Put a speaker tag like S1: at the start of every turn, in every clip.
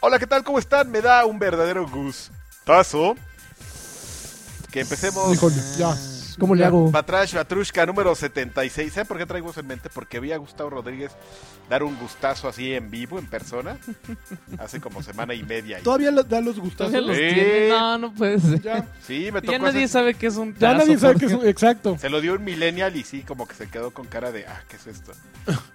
S1: Hola, ¿qué tal? ¿Cómo están? Me da un verdadero gustazo. Que empecemos.
S2: Híjole, ya. ¿Cómo le hago?
S1: Batrash Batrushka número 76. ¿Saben por qué traigo eso en mente? Porque vi a Gustavo Rodríguez dar un gustazo así en vivo, en persona, hace como semana y media.
S2: Todavía lo- da los gustazos.
S3: Todavía los
S1: Sí.
S3: tiene. No, no puede ser. Pues, Ya,
S2: Ya,
S1: Sí, me tocó.
S3: nadie
S1: hacer-
S3: sabe que es un
S2: ya
S3: tazo,
S2: nadie sabe que es
S3: porque-
S2: un- Exacto.
S1: Se lo dio un millennial y sí, como que se quedó con cara de, ah, ¿qué es esto?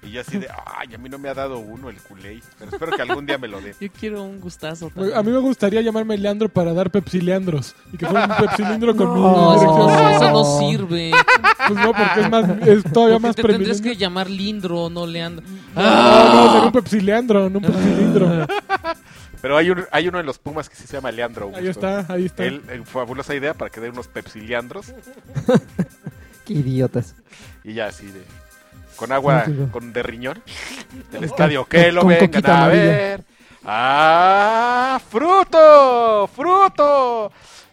S1: Y yo así de, ay, a mí no me ha dado uno el culé, pero espero que algún día me lo dé.
S3: Yo quiero un gustazo también.
S2: A mí me gustaría llamarme Leandro para dar Pepsileandros. Y que fuera un Pepsilindro con mi
S3: No, eso no,
S2: dirección.
S3: eso no sirve.
S2: Pues no, porque es, más, es todavía más
S3: Te tendrías que
S2: premilenio.
S3: llamar Lindro, no Leandro.
S1: Ah,
S2: No, no, sería un Pepsileandro,
S3: Ah.
S2: no un Pepsilindro.
S1: Pero hay, un, hay uno en los Pumas que sí se llama Leandro Augusto.
S2: Ahí está, ahí está.
S1: Él, eh, fabulosa idea para que dé unos pepsiliandros
S4: Qué idiotas.
S1: y ya así de, con agua,
S4: Contigo.
S1: con de riñón, del estadio, que lo
S4: con
S1: vengan
S4: coquita
S1: a
S4: amarilla.
S1: ver. ¡Ah, fruto! ¡Fruto!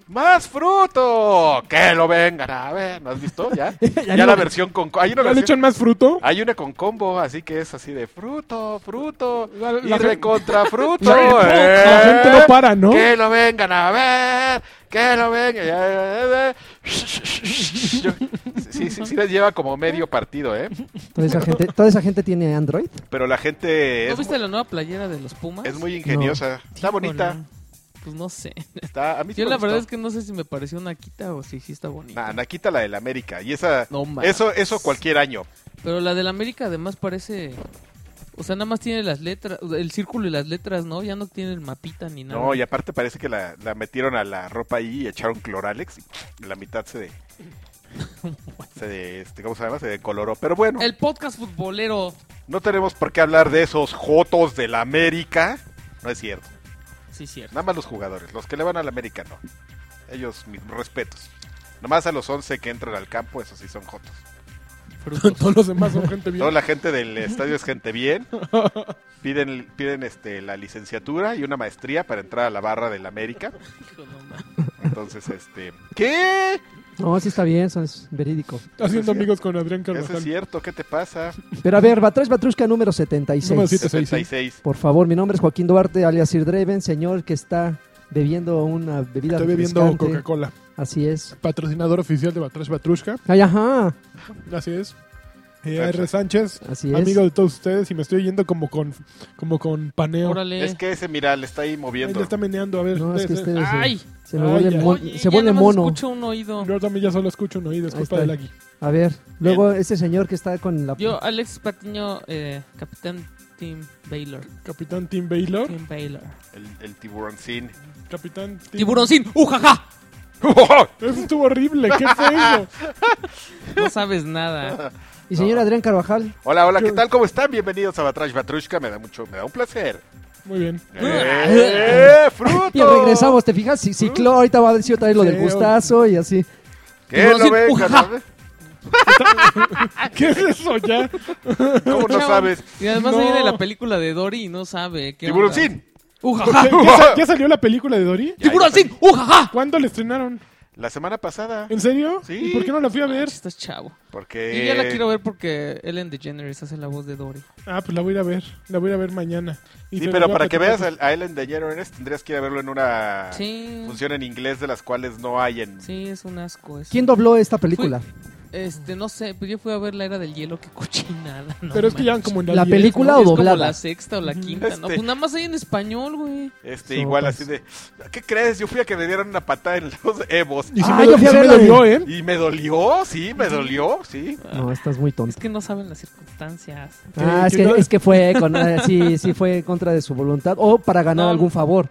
S1: ¡Más fruto! ¡Que lo vengan a ver! ¿No has visto? ¿Ya? ya
S4: lo-
S1: la versión con... Hay una
S2: ¿Ya le
S1: versión
S2: echan más fruto?
S1: Hay una con combo, así que es así de fruto, fruto,
S2: La- la
S1: y de
S2: gen-
S1: contra fruto.
S2: La
S1: ¿eh?
S2: gente no para, ¿no?
S1: Que lo vengan a ver, que lo vengan. ya, ya, ya, ya. Yo- Sí, sí, sí, les lleva como medio partido, ¿eh?
S4: Toda esa gente, toda esa gente tiene Android.
S1: Pero la gente
S3: ¿No
S1: es,
S3: viste la nueva playera de los Pumas?
S1: mu- es muy ingeniosa. Está
S3: Híjole.
S1: bonita.
S3: Pues no sé.
S1: Está, a mí sí
S3: Yo
S1: me
S3: la
S1: gustó.
S3: verdad es que no sé si me pareció una quita o si sí está bonita.
S1: Nah, Naquita la del América. Y esa.
S3: No mames.
S1: eso, eso cualquier año.
S3: Pero la del América además parece... O sea, nada más tiene las letras, el círculo y las letras, ¿no? Ya no tiene el mapita ni nada.
S1: No, y aparte parece que la, la metieron a la ropa ahí y echaron cloralex y la mitad se de, se de este, ¿cómo se llama? Se decoloró. Pero bueno,
S3: El podcast futbolero.
S1: no tenemos por qué hablar de esos jotos de la América. No es cierto.
S3: Sí, cierto.
S1: Nada más los jugadores, los que le van al América no. Ellos mis respetos. Nomás a los 11 que entran al campo, esos sí son jotos.
S3: Frutos.
S2: Todos los demás son gente
S1: Toda
S2: bien.
S1: la gente del estadio es gente bien. Piden, piden este, la licenciatura y una maestría para entrar a la barra del América.
S3: Hijo, no mames.
S1: Entonces, este... ¿Qué?
S4: No, sí está bien, eso es verídico.
S2: Haciendo amigos con Adrián
S1: Eso es
S2: Carvajal.
S1: cierto, ¿qué te pasa?
S4: Pero a ver, Batrash Batrushka número 76.
S2: Número siete.
S1: 76.
S4: Por favor, mi nombre es Joaquín Duarte, alias Sir Dreven, señor que está bebiendo una bebida
S2: Estoy bebiendo
S4: refrescante.
S2: Coca-Cola.
S4: Así es.
S2: Patrocinador oficial de Batrash Batrushka.
S4: Ay, ajá.
S2: Así es. Eh, R. Sánchez,
S4: Así es.
S2: amigo de todos ustedes, y me estoy yendo como con, como con paneo.
S3: Órale.
S1: Es que ese mira, le está ahí
S2: Él
S1: moviendo.
S2: está meneando, a ver.
S4: No, es que este-
S2: ese-
S4: ustedes se-
S3: Ay.
S4: se me
S2: Ay,
S4: vuelve,
S2: ay.
S4: mon-
S3: Oye,
S4: se
S3: ya
S4: vuelve
S3: nada más
S4: mono.
S3: escucho un oído.
S2: Yo también ya solo escucho un oído, es
S4: Ahí
S2: culpa
S4: está.
S2: de Lagui.
S4: A ver, luego ese señor que está con la...
S3: Yo, Alex Patiño, eh, capitán Tim Baylor.
S2: Capitán Tim Baylor.
S3: Tim Baylor.
S1: El, el tiburoncín.
S2: Capitán Tim...
S3: Tiburoncín, ujaja.
S2: Eso estuvo horrible, qué feo.
S3: No sabes nada.
S4: Y señor Adrián Carvajal,
S1: Hola, hola, ¿qué
S2: Yo-
S1: tal? ¿Cómo están? Bienvenidos a Batrash Batrushka. Me da mucho, me da un placer.
S2: Muy bien. Ah.
S1: ¡Eh, fruto!
S4: y regresamos, ¿te fijas? Sí, sí, Clo, ahorita va a decir otra vez lo del
S2: Sí,
S4: gustazo y así.
S1: ¿Qué lo
S3: Tiburoncín,
S1: ven,
S3: ujaja.
S1: carnal?
S2: ¿Qué es eso ya?
S1: ¿Cómo no
S3: Chao.
S1: sabes?
S3: Y además
S2: No.
S3: ahí viene la película de Dory y no sabe. ¿qué onda?
S1: ¡Tiburoncín!
S3: Ujaja.
S2: ¿Ya, sa- ya salió la película de Dory?
S1: Ya, ya
S3: Tiburoncín,
S1: salió.
S3: ujaja.
S2: ¿Cuándo la estrenaron?
S1: La semana pasada.
S2: ¿En serio?
S1: Sí.
S2: ¿Y por qué no la fui a ver? Eh.
S3: Estás chavo.
S1: Porque...
S3: Yo ya la quiero ver porque Ellen DeGeneres hace la voz de Dory.
S2: Ah, pues la voy a ir a ver. La voy a ir a ver mañana. Y
S1: Sí,
S2: te
S1: pero
S2: voy a
S1: para que
S2: platicar.
S1: veas a a Ellen DeGeneres tendrías que ir a verlo en
S2: Ah,
S1: una
S3: Sí.
S1: función en inglés de las cuales no hay en...
S3: Sí, es un asco eso.
S4: ¿Quién dobló esta película?
S3: Este, no sé, pero yo fui a ver la era del hielo, qué cochinada. no
S2: Pero es que ya van
S3: manches.
S2: como en
S4: La
S2: 10, ¿no?
S4: película o
S3: Es como
S4: doblada.
S3: la sexta o la quinta. No,
S1: Este-
S3: pues nada más hay en español, güey.
S1: Este, igual
S4: Sopas.
S1: así de... ¿Qué crees? Yo fui a que me dieran una patada en los evos. Ah,
S2: Y si
S4: Ah,
S2: me,
S4: yo
S2: do-
S4: fui a
S2: sí me
S4: verla de-
S2: dolió, ¿eh?
S1: Y me dolió, sí, me dolió, sí.
S4: No, estás muy
S3: Es
S4: tonto.
S3: que no saben las circunstancias.
S4: Ah, es
S2: que
S4: que,
S2: no-
S4: es que fue con, eh, sí, sí fue en contra de su voluntad o para ganar
S3: No.
S4: algún favor.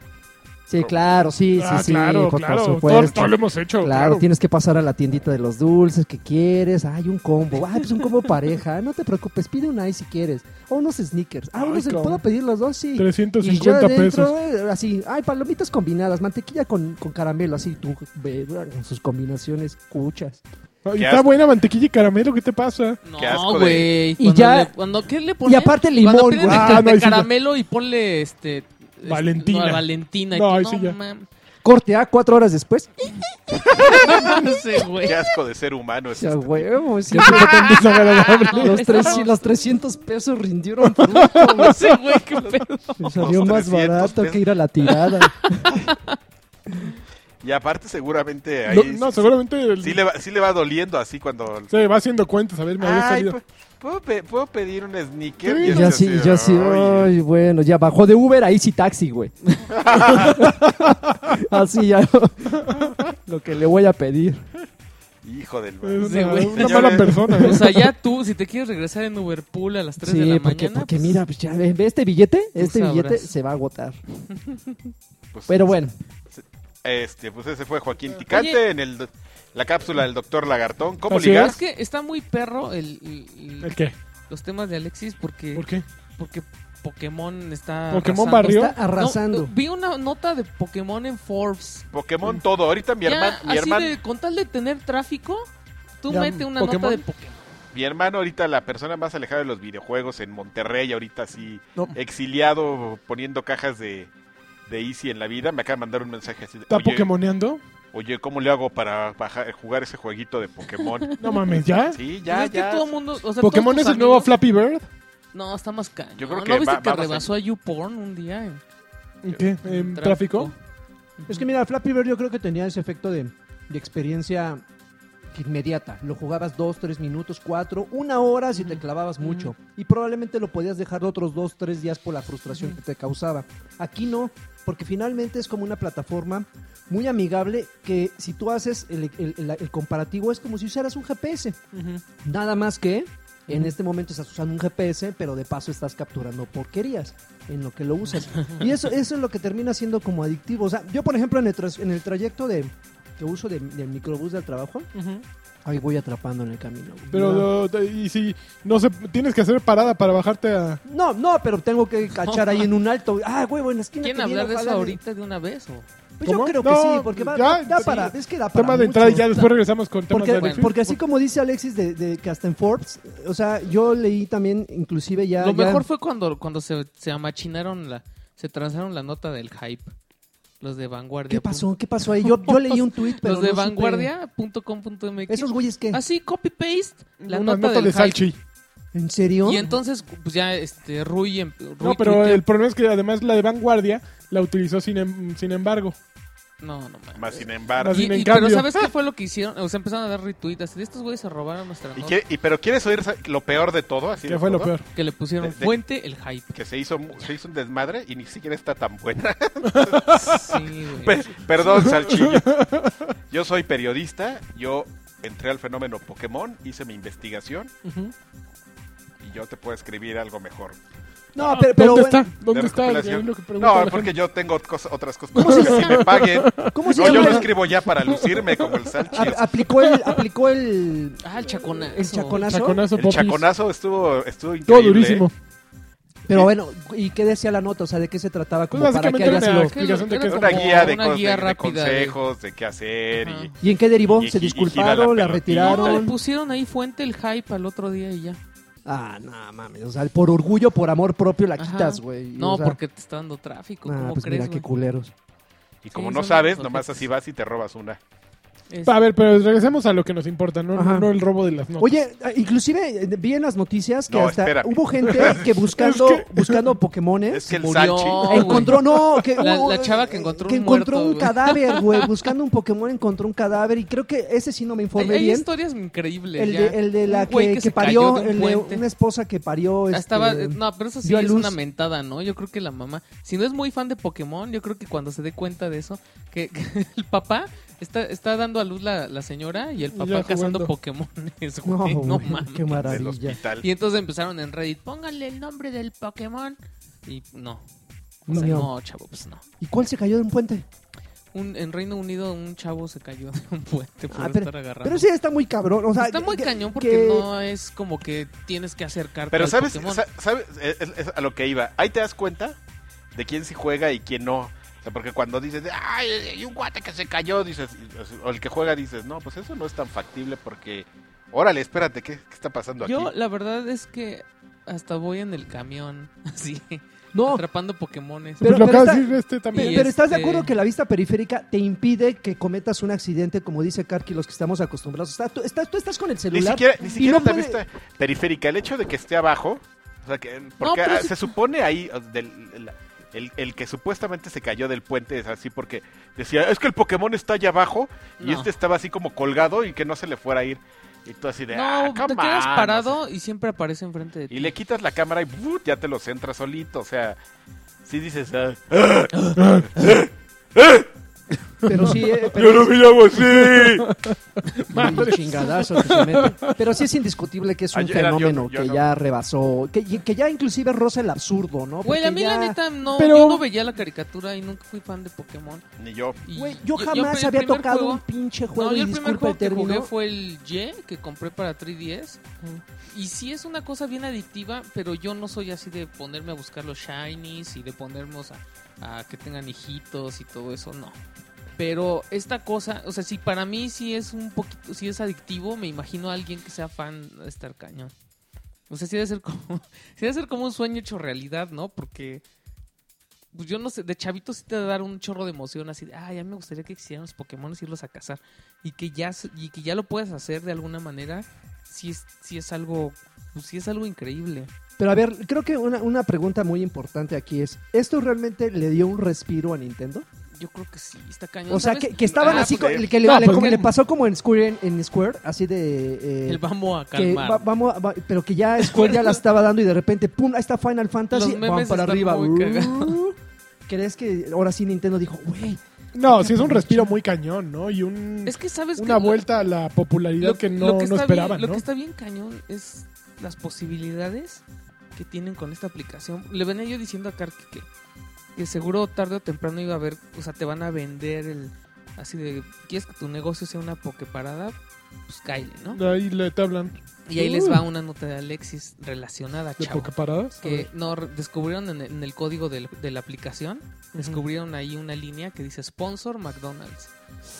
S4: Sí, claro, sí,
S2: Ah,
S4: sí, sí,
S2: claro,
S4: por- por,
S2: claro. Todos,
S4: supuesto.
S2: todos lo hemos hecho.
S4: Claro, tienes que pasar a la tiendita de los dulces que quieres. Hay un combo. Ah, pues un combo pareja. No te preocupes, pide un ice si quieres. O unos sneakers. Ah,
S2: Ay,
S4: unos
S2: cabrón.
S4: ¿puedo pedir los dos? Sí. Y yo
S2: 350 pesos.
S4: adentro, eh, así, ay, palomitas combinadas, mantequilla con, con caramelo, así, tú, ve, con sus combinaciones cuchas.
S2: Ay,
S1: Qué
S2: está
S1: asco.
S2: buena mantequilla y caramelo, ¿qué te pasa?
S3: No,
S1: Qué asco de-
S3: güey.
S4: Y
S3: Cuando
S4: ya-
S3: le- cuando, ¿Qué le ponen?
S4: y aparte limón,
S3: Cuando piden
S4: güey.
S3: de-
S2: Ah,
S3: de
S2: no, ahí sí ya.
S3: caramelo y ponle este. este,
S2: Valentina.
S3: no, a Valentina. y
S2: No,
S3: tú,
S2: ahí sí ya.
S3: mam.
S4: Corte A, cuatro horas después.
S3: Ese güey.
S1: Qué asco de ser humano es
S4: Ya,
S1: este.
S4: huevo, sí.
S2: Qué tipo tan desagradable.
S3: No,
S4: los, tres-
S3: estamos-
S4: los 300 pesos rindieron fruto, güey.
S3: Ese güey, qué pedo.
S4: Me salió más
S1: 300
S4: barato
S1: pesos.
S4: que ir a la tirada.
S1: Y aparte seguramente ahí
S2: No,
S1: sí-
S2: no, seguramente el-
S1: sí, le va, sí le va doliendo así cuando...
S2: se va haciendo cuentas. A ver, me había
S1: Ay,
S2: salido.
S1: pu- ¿puedo, pe- puedo pedir un sneaker?
S2: Sí.
S4: Y
S1: él
S4: ya
S1: se
S4: sí,
S1: hace,
S4: ya sí.
S1: "Ay".
S4: Ay, bueno, ya bajó de Uber a Easy Taxi, güey. Así ya. Lo que le voy a pedir.
S1: Hijo del...
S2: Es una,
S3: pues, Sí, güey.
S2: una mala
S1: Señores.
S2: persona. ¿eh?
S3: O sea, ya tú, si te quieres regresar en Uberpool a las 3 de la
S4: Sí, porque,
S3: mañana.
S4: porque
S3: pues,
S4: mira, pues ya ve ve este billete, este
S3: sabrás.
S4: billete se va a agotar.
S1: Pues,
S4: Pero bueno,
S1: Este, pues ese fue Joaquín Ticante en el, do- la cápsula del doctor Lagartón. ¿Cómo
S2: Así
S1: ligar?
S2: es.
S3: Es que está muy perro el, el-
S2: ¿El qué?
S3: los temas de Alexis porque,
S2: ¿Por qué?
S3: porque Pokémon está.
S2: Pokémon
S3: arrasando.
S2: barrió.
S4: está arrasando.
S3: No, vi una nota de Pokémon en Forbes.
S1: Pokémon todo. Ahorita mi,
S3: Ya,
S1: herma- mi,
S3: así
S1: hermano
S3: de- con tal de tener tráfico, tú
S4: Ya,
S3: mete una
S2: Pokémon.
S3: nota de Pokémon.
S1: mi hermano ahorita la persona más alejada de los videojuegos en Monterrey, ahorita así
S4: No.
S1: exiliado poniendo cajas de, de Easy en la vida, me acaba de mandar un mensaje así de,
S2: ¿Está
S1: oye,
S2: pokemoneando?
S1: oye, ¿cómo le hago para bajar, jugar ese jueguito de Pokémon?
S2: No mames, ¿ya?
S1: Sí,
S3: Pues
S1: ya,
S3: es que
S1: ya.
S3: todo mundo, o sea,
S2: ¿Pokémon
S3: todos
S2: es
S3: tus
S2: el nuevo
S3: amigos-
S2: Flappy Bird?
S3: No, está más cañón.
S1: Yo creo que
S3: ¿No viste
S1: va-
S3: que
S1: vamos a-
S3: rebasó a YouPorn un día en
S2: ¿Qué? ¿En tráfico?
S4: es que mira, Flappy Bird yo creo que tenía ese efecto de, de experiencia inmediata. Lo jugabas dos, tres minutos, cuatro, una hora si te clavabas mucho. Y probablemente lo podías dejar otros dos, tres días por la frustración que te causaba. Aquí no, porque finalmente es como una plataforma muy amigable que si tú haces el, el- el- el comparativo es como si usaras un GPS. Nada más que en este momento estás usando un GPS, pero de paso estás capturando porquerías en lo que lo usas. Y eso, eso es lo que termina siendo como adictivo. O sea, yo, por ejemplo, en el, tras- en el trayecto de, que uso de- del microbús del trabajo, ahí voy atrapando en el camino. güey.
S2: Pero,
S4: no.
S2: lo- de- y si no se tienes que hacer parada para bajarte a.
S4: no, no, pero tengo que cachar ahí en un alto. güey. Ah, güey, en la esquina.
S3: ¿Quieren
S4: que
S3: hablar
S4: viene,
S3: de eso
S4: ojalá le-
S3: ahorita de una vez? O?
S4: Pues yo
S2: ¿Cómo?
S4: creo que
S2: No,
S4: sí, porque va,
S2: ya,
S4: da- da
S2: sí.
S4: para, es que da para
S2: Tema de
S4: mucho.
S2: entrada y ya
S4: Da-
S2: después regresamos con temas de
S4: Porque,
S2: Alexis.
S4: porque así como dice Alexis de, de que hasta en Forbes, o sea, yo leí también, inclusive ya...
S3: Lo
S4: ya-
S3: mejor fue cuando, cuando se, se amachinaron la. Se transaron la nota del hype. Los de Vanguardia.
S4: ¿Qué pasó? ¿Qué pasó ahí? Yo, yo leí un tuit, pero
S3: Los de Ah,
S4: no supe.
S3: vanguardia.com.mx.
S4: ¿Esos güeyes qué?
S3: Así, copy paste. La
S2: Una
S3: nota,
S2: nota de
S3: del hype.
S2: Salchi.
S4: ¿En serio?
S3: Y entonces, pues ya, este, Rui. em- Rui
S2: No, pero
S3: tuiteó-
S2: el problema es que además la de Vanguardia la utilizó sin, em- sin embargo.
S3: No, no mames.
S1: Más sin embargo.
S2: Más-
S3: Y-
S2: sin en
S3: y- pero
S2: cambio.
S3: ¿sabes qué fue lo que hicieron? O sea, empezaron a dar retweets. Así de estos güeyes se robaron nuestra
S1: ¿Y
S3: nota.
S1: qué- y- pero ¿quieres oír sa- lo peor de todo? Así
S2: ¿Qué
S1: de
S2: fue lo
S1: todo?
S2: peor?
S3: Que le pusieron
S1: De- de-
S3: fuente el hype.
S1: Que se hizo, mu- se hizo un desmadre y ni siquiera está tan buena.
S3: Sí, güey.
S1: Pe- Perdón, Salchillo. Yo soy periodista, yo entré al fenómeno Pokémon, hice mi investigación y yo te puedo escribir algo mejor.
S4: No, pero, pero
S2: ¿Dónde
S4: bueno,
S2: está? ¿Dónde
S1: De
S2: está?
S1: recopilación.
S2: Es lo que pregunta
S1: no,
S2: la
S1: porque
S2: gente.
S1: yo tengo cos- otras cosas para que me paguen.
S4: ¿Cómo se
S1: No, yo
S4: llama?
S1: lo escribo ya para lucirme como el Salchi.
S4: A- aplicó el, aplicó el,
S3: Ah, el chaconazo.
S4: el chaconazo,
S2: Chaconazo,
S1: El
S2: popis.
S1: chaconazo estuvo, estuvo
S2: Todo
S1: increíble.
S2: durísimo.
S1: ¿eh?
S4: pero bueno, ¿y qué decía la nota? O sea, ¿de qué se trataba? Como
S2: Pues
S4: para que
S2: básicamente
S4: hayas
S2: era-
S4: lo-
S2: explicación de
S3: Era
S2: qué-
S3: como
S1: Una guía de,
S3: una
S1: cos- de-
S3: guía
S1: de
S3: rápida de-
S1: consejos, de qué hacer.
S3: Ajá.
S1: Y,
S4: ¿Y en qué derivó?
S1: Y- y-
S4: ¿Se
S1: y gira
S4: disculparon?
S1: la
S4: ¿La
S1: pelotita.
S3: No, le
S4: retiraron?
S3: pusieron ahí fuente el hype al otro día y ya.
S4: Ah, no, mames. O sea, por orgullo, por amor propio la
S3: Ajá.
S4: quitas, güey.
S3: No,
S4: o sea,
S3: porque te está dando tráfico.
S4: Ah,
S3: ¿Cómo
S4: pues
S3: crees,
S4: mira, qué
S3: güey?
S4: culeros.
S1: y como
S3: Sí,
S1: no
S3: son
S1: sabes,
S3: los
S1: nomás
S3: ojetes.
S1: así vas y te robas una. ¿eh?
S3: Es-
S2: A ver, pero regresemos a lo que nos importa, no,
S4: Ajá.
S2: no el robo de las notas.
S4: Oye,
S3: pues-
S4: eh, inclusive eh, vi en las noticias que
S1: No,
S4: hasta
S1: espérame.
S4: hubo gente que buscando,
S2: Es
S4: buscando
S2: ¿Eh?
S4: Pokémones
S1: Es que el
S3: murió.
S1: Salchi.
S3: No, güey.
S4: encontró, no, que
S3: La-
S4: hubo-
S3: la chava que encontró
S4: que
S3: un
S4: encontró
S3: muerto,
S4: un
S3: güey.
S4: cadáver, güey, buscando un Pokémon encontró un cadáver y creo que ese sí no me
S3: Hay,
S4: informé
S3: hay
S4: bien.
S3: historias increíbles.
S4: El
S3: ya.
S4: de, el de la
S3: Un güey
S4: que, que
S3: se
S4: parió,
S3: cayó de un
S4: el de
S3: puente.
S4: una esposa que parió.
S3: Ya
S4: Este,
S3: Estaba, no, pero eso sí
S4: dio a
S3: es
S4: luz.
S3: una mentada, ¿no? Yo creo que la mamá, si no es muy fan de Pokémon, yo creo que cuando se dé cuenta de eso, que, que el papá está, está dando a luz la, la señora y el
S2: Y
S3: papá
S2: ya
S3: cazando
S2: jugando.
S3: Pokémones,
S4: No,
S3: güey. No,
S4: güey,
S3: mames.
S4: qué
S1: Del
S4: maravilla.
S1: hospital.
S3: Y entonces empezaron en Reddit, póngale el nombre del Pokémon. Y no. O
S4: No,
S3: sea,
S4: no.
S3: no, chavo, pues no.
S4: ¿Y cuál se cayó de un puente?
S3: Un- en Reino Unido un chavo se cayó de un puente por
S4: Ah,
S3: estar agarrando.
S4: Pero sí está muy cabrón. O sea,
S3: Está muy
S4: que-
S3: cañón porque
S4: que-
S3: no es como que tienes que acercarte
S1: Pero
S3: al
S1: sabes,
S3: Pokémon.
S1: sa- sabes es- es- es a lo que iba. Ahí te das cuenta de quién sí juega y quién no. O sea, porque cuando dices, ay, hay un guate que se cayó, dices, y- o el que juega dices, no, pues eso no es tan factible porque, órale, espérate, ¿qué, qué está pasando aquí?
S3: Yo la verdad es que hasta voy en el camión, así.
S4: No,
S3: atrapando Pokémones.
S4: Pero-
S2: lo acabas
S4: está-
S2: de decir este también.
S3: Y
S4: Pe- Pero estás de
S3: este-
S4: acuerdo que la vista periférica te impide que cometas un accidente, como dice Karki, los que estamos acostumbrados. Está- tú, está- tú estás con el
S1: Ni
S4: celular.
S1: siquiera, ni
S4: y
S1: siquiera
S4: no
S1: la
S4: puede-
S1: vista periférica. El hecho de que esté abajo, o sea, que, porque
S3: pero
S1: ah,
S3: si-
S1: se supone ahí, ah, del- el, el- el que supuestamente se cayó del puente es así porque decía, es que el Pokémon está allá abajo y
S3: No.
S1: este estaba así como colgado y que no se le fuera a ir. Y tú así de,
S3: No,
S1: "Ah,
S3: te
S1: come
S3: quedas
S1: on",
S3: parado y siempre aparece enfrente de ti.
S1: Y le quitas la cámara y ¡buf! ya te lo centra solito. O sea, si dices, "Ah,
S4: Pero sí, eh,
S1: yo
S4: pero,
S1: no me llamo así.
S4: Madre. chingadazo que se mete. Pero sí es indiscutible que es un
S1: Ayer era yo,
S4: fenómeno
S1: yo
S4: que
S1: no.
S4: ya rebasó, que, y- que ya inclusive roza el absurdo, ¿no?
S3: Güey,
S4: Porque
S3: a mí
S4: ya-
S3: la neta no,
S2: Pero-
S3: yo no veía la caricatura y nunca fui fan de Pokémon.
S1: Ni yo.
S3: Y
S4: Güey, yo
S3: yo- yo
S4: jamás
S3: el
S4: había
S3: primer
S4: tocado
S3: juego-
S4: un pinche juego
S3: No,
S4: y
S3: yo el
S4: disculpa
S3: primer
S4: el
S3: juego que jugué
S4: término.
S3: fue el Y que compré para 3DS. Y sí es una cosa bien adictiva, pero yo no soy así de ponerme a buscar los shinies y de ponernos a, a que tengan hijitos y todo eso, no. Pero esta cosa, o sea, si para mí sí es un poquito, sí es adictivo, me imagino a alguien que sea fan de estar cañón. O sea, sí debe ser como, sí debe ser como un sueño hecho realidad, ¿no? Porque, pues yo no sé, de chavito sí te da un chorro de emoción así de, ah, ya me gustaría que existieran los Pokémon y irlos a cazar. Y que ya, s- y que ya lo puedas hacer de alguna manera, sí es, sí es algo, pues sí es algo increíble.
S4: Pero a ver, creo que una, una pregunta muy importante aquí es, ¿esto realmente le dio un respiro a Nintendo?
S3: Yo creo que sí, está cañón.
S4: O sea,
S3: ¿sabes?
S4: que, que estaban
S1: Ah,
S4: así,
S1: pues,
S4: co- que le,
S2: no,
S4: le-
S2: pues,
S4: como
S2: que-
S4: le pasó como en Square, en Square así de... eh,
S3: El vamos a
S4: que
S3: calmar.
S4: va- vamos a- va- pero que ya Square ya la estaba dando y de repente pum ahí está Final Fantasy
S3: Los
S4: van
S3: memes
S4: para
S3: están
S4: arriba
S3: muy
S4: Uh,
S3: cagados.
S4: crees que ahora sí Nintendo dijo güey
S2: No, sí es un respiro muy cañón, ¿no? Y un,
S3: es que sabes que
S2: una
S3: lo-
S2: vuelta a la popularidad que no,
S3: lo que
S2: no
S3: está
S2: esperaban,
S3: bien- Lo
S2: ¿no?
S3: que está bien cañón es las posibilidades que tienen con esta aplicación. Le venía yo diciendo a Karki que, que seguro tarde o temprano iba a haber, o sea, te van a vender el... Así de, ¿quieres que tu negocio sea una pokeparada? Pues cáile, ¿no?
S2: Ahí le te hablan
S3: Y ahí
S2: Uh.
S3: les va una nota de Alexis relacionada,
S2: de
S3: chavo.
S2: pokeparadas.
S3: Que no, re- descubrieron en, el- en el código del- de la aplicación, descubrieron ahí una línea que dice sponsor McDonald's.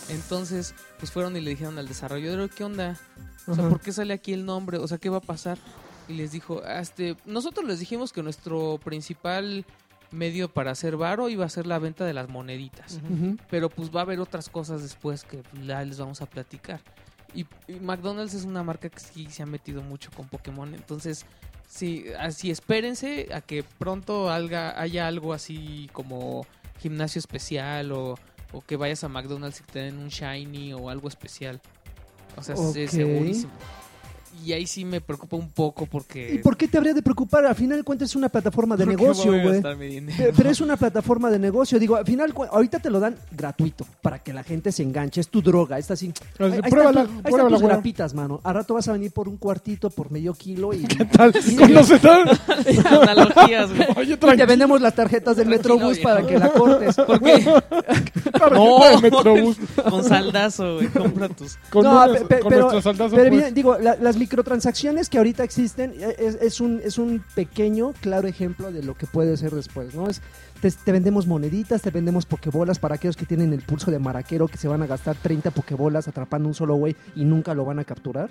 S3: Entonces, pues fueron y le dijeron al desarrollador, ¿qué onda? O sea,
S2: Ajá.
S3: ¿por qué sale aquí el nombre? O sea, ¿qué va a pasar? Y les dijo, "Ah, este, nosotros les dijimos que nuestro principal medio para hacer varo iba a ser la venta de las moneditas.
S4: Ujú.
S3: Pero pues va a haber otras cosas después que ya les vamos a platicar. Y, y McDonald's es una marca que sí se ha metido mucho con Pokémon. Entonces, sí, así espérense a que pronto haga- haya algo así como gimnasio especial o, o que vayas a McDonald's y te den un shiny o algo especial. O sea, sí,
S4: Ok.
S3: segurísimo. Y ahí sí me preocupa un poco porque...
S4: y por qué te habría de preocupar al final de cuentas es una plataforma de
S3: ¿por qué
S4: negocio
S3: voy a
S4: güey
S3: gastar mi dinero?
S4: Pe- pero es una plataforma de negocio digo al final cu- ahorita te lo dan gratuito para que la gente se enganche es tu droga está así ahí,
S2: pruébala,
S4: ahí están, tu- ahí están
S2: pruébala,
S4: tus
S2: güey.
S4: grapitas mano a rato vas a venir por un cuartito por medio kilo y,
S2: ¿Qué tal? Con los etar-
S3: Analogías, güey.
S2: Oye,
S4: y te
S2: tranquilo.
S4: vendemos las tarjetas del
S3: Tranquilo,
S4: Metrobús
S3: viejo.
S4: para que la cortes
S3: Porque
S2: tarjeta de Metrobús.
S3: con saldazo, güey, compra tus...
S2: Con,
S4: No,
S2: unas-
S4: pe- pe-
S2: con
S4: pero-
S2: nuestras saldas
S4: Pero
S2: pues.
S4: bien, digo, la- las microtransacciones que ahorita existen eh, es, es un, es un pequeño, claro ejemplo de lo que puede ser después, ¿no? Es, te, te vendemos moneditas, te vendemos pokebolas para aquellos que tienen el pulso de maraquero que se van a gastar 30 pokebolas atrapando un solo güey y nunca lo van a capturar.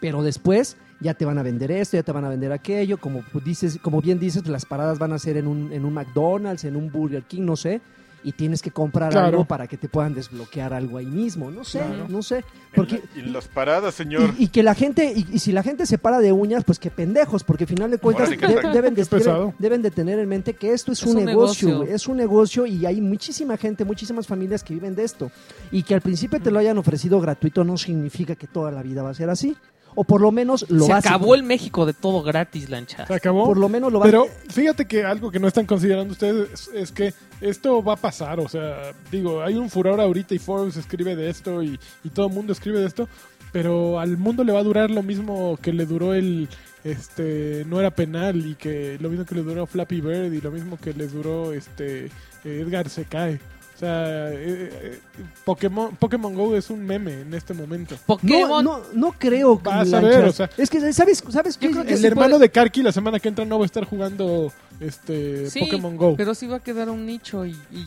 S4: Pero después ya te van a vender esto, ya te van a vender aquello, como tú dices, como bien dices, las paradas van a ser en un, en un McDonald's, en un Burger King, no sé. Y tienes que comprar
S2: Claro.
S4: algo para que te puedan desbloquear algo ahí mismo. No sé,
S3: Claro.
S4: no sé. Porque,
S1: En, la- en las paradas, señor.
S4: y, y que la gente, y, y si la gente se para de uñas, pues que pendejos, porque al final de cuentas
S1: Órale, que
S4: de-
S1: está-
S4: deben, de,
S2: Qué pesado.
S4: deben de tener en mente que esto es, un, negocio, güey, es un negocio y hay muchísima gente, muchísimas familias que viven de esto. Y que al principio te lo hayan ofrecido gratuito no significa que toda la vida va a ser así. O por lo menos lo
S3: Se
S4: básico.
S3: acabó el México de todo gratis, lancha.
S2: Se acabó.
S4: Por lo menos lo básico.
S2: Pero fíjate que algo que no están considerando ustedes es, es que esto va a pasar, o sea, digo, hay un furor ahorita y Forbes escribe de esto y, y todo el mundo escribe de esto, pero al mundo le va a durar lo mismo que le duró el este no era penal y que lo mismo que le duró Flappy Bird y lo mismo que les duró este Edgar se cae. O sea, eh, eh, Pokémon, Pokémon Go es un meme en este momento.
S4: No,
S3: Pokémon.
S4: no, no creo que
S2: Vas a ver,
S4: lanchas.
S2: o sea-
S4: es que sabes, sabes qué?
S3: creo que
S2: El
S3: sí
S2: hermano
S3: puede-
S2: de Karki la semana que entra no va a estar jugando este
S3: Sí,
S4: eh,
S2: Pokémon Go.
S3: Pero sí va a quedar un nicho y, y-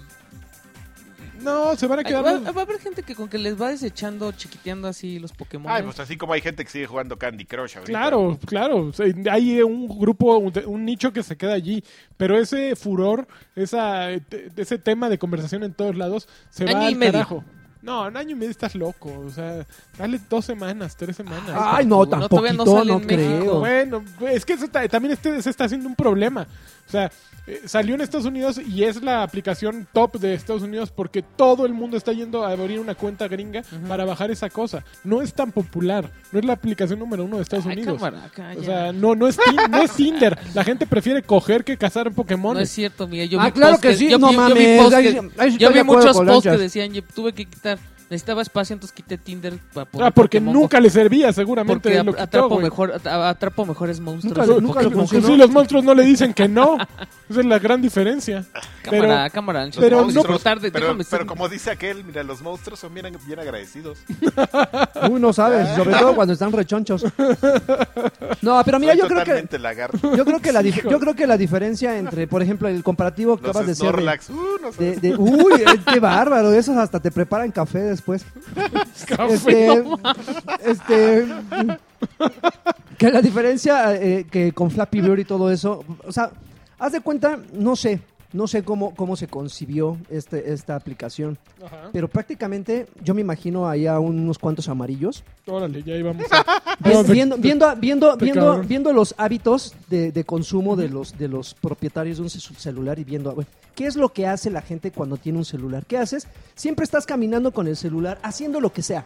S2: No, se van a
S3: Ay,
S2: quedar.
S3: va, va a haber gente que con que les va desechando, chiquiteando así los Pokémon.
S1: Ay, pues así como hay gente que sigue jugando Candy Crush ahorita.
S2: Claro, claro. o sea, Hay un grupo, un, un nicho que se queda allí. Pero ese furor, esa, eh, te- ese tema de conversación en todos lados, se
S3: Año
S2: va
S3: y
S2: al
S3: medio.
S2: carajo. No, en año y medio estás loco. O sea, dale dos semanas, tres semanas.
S4: Ay, no,
S3: No,
S4: tampoco,
S3: todavía no
S4: no,
S3: sale en
S4: creo.
S3: México.
S2: Bueno, es que eso ta- también este, se está haciendo un problema. O sea, eh, salió en Estados Unidos y es la aplicación top de Estados Unidos porque todo el mundo está yendo a abrir una cuenta gringa para bajar esa cosa. No es tan popular. No es la aplicación número uno de Estados
S3: Ay,
S2: Unidos.
S3: cámara, calla.
S2: O sea, no, no es, Tin- no es Tinder. La gente prefiere coger que cazar Pokémon.
S3: No es cierto, mira, yo
S4: Ah,
S3: vi
S4: claro que
S3: póster-
S4: sí,
S3: yo
S4: no
S3: vi- yo vi
S4: mames,
S3: póster-
S4: ahí sí- ahí sí
S3: Yo
S4: estoy de
S3: vi
S4: acuerdo
S3: muchos
S4: con
S3: posts que
S4: Lanchas.
S3: decían, "Yo tuve que quitar, necesitaba espacio, entonces quité Tinder para poner
S2: ah, porque
S3: Pokémon Go".
S2: nunca le servía, seguramente.
S3: porque
S2: lo
S3: atra-
S2: quitó,
S3: atrapo
S2: güey.
S3: mejor atra- atrapo mejores monstruos.
S4: Nunca
S3: de
S4: lo- nunca lo
S3: Pokémon.
S4: funcionó.
S2: Pues sí, los monstruos no le dicen que no. Esa es la gran diferencia. Pero-
S3: cámara, cámara, Lanchas,
S2: pero
S3: vamos a
S2: no-
S3: disfrutar de-
S1: pero,
S3: déjame
S1: pero
S3: ser-
S1: como dice aquel, mira, los monstruos son bien, bien agradecidos.
S4: Uy, no sabes, sobre todo cuando están rechonchos. No, pero mira,
S1: Son
S4: yo creo que
S1: totalmente lagartos.
S4: yo creo que la dif- yo creo que la diferencia entre, por ejemplo, el comparativo que
S1: Los
S4: acabas de hacer de-
S1: Snorlax. Uh, no sé.
S4: de, de- uy, eh, qué bárbaro, esos hasta te preparan café después.
S2: Café,
S4: Este,
S2: no.
S4: este, que la diferencia eh, que con Flappy Bird y todo eso, o sea, haz de cuenta, no sé, no sé cómo cómo se concibió este esta aplicación,
S2: Ajá.
S4: pero prácticamente yo me imagino ahí a unos cuantos amarillos
S2: Órale, ya íbamos. a-
S4: Vi-
S2: No, te-
S4: viendo, viendo, viendo,
S2: te
S4: viendo,
S2: cabrón.
S4: viendo los hábitos de, de consumo de los, de los propietarios de un ce- celular y viendo, bueno, ¿qué es lo que hace la gente cuando tiene un celular? ¿Qué haces? Siempre estás caminando con el celular, haciendo lo que sea,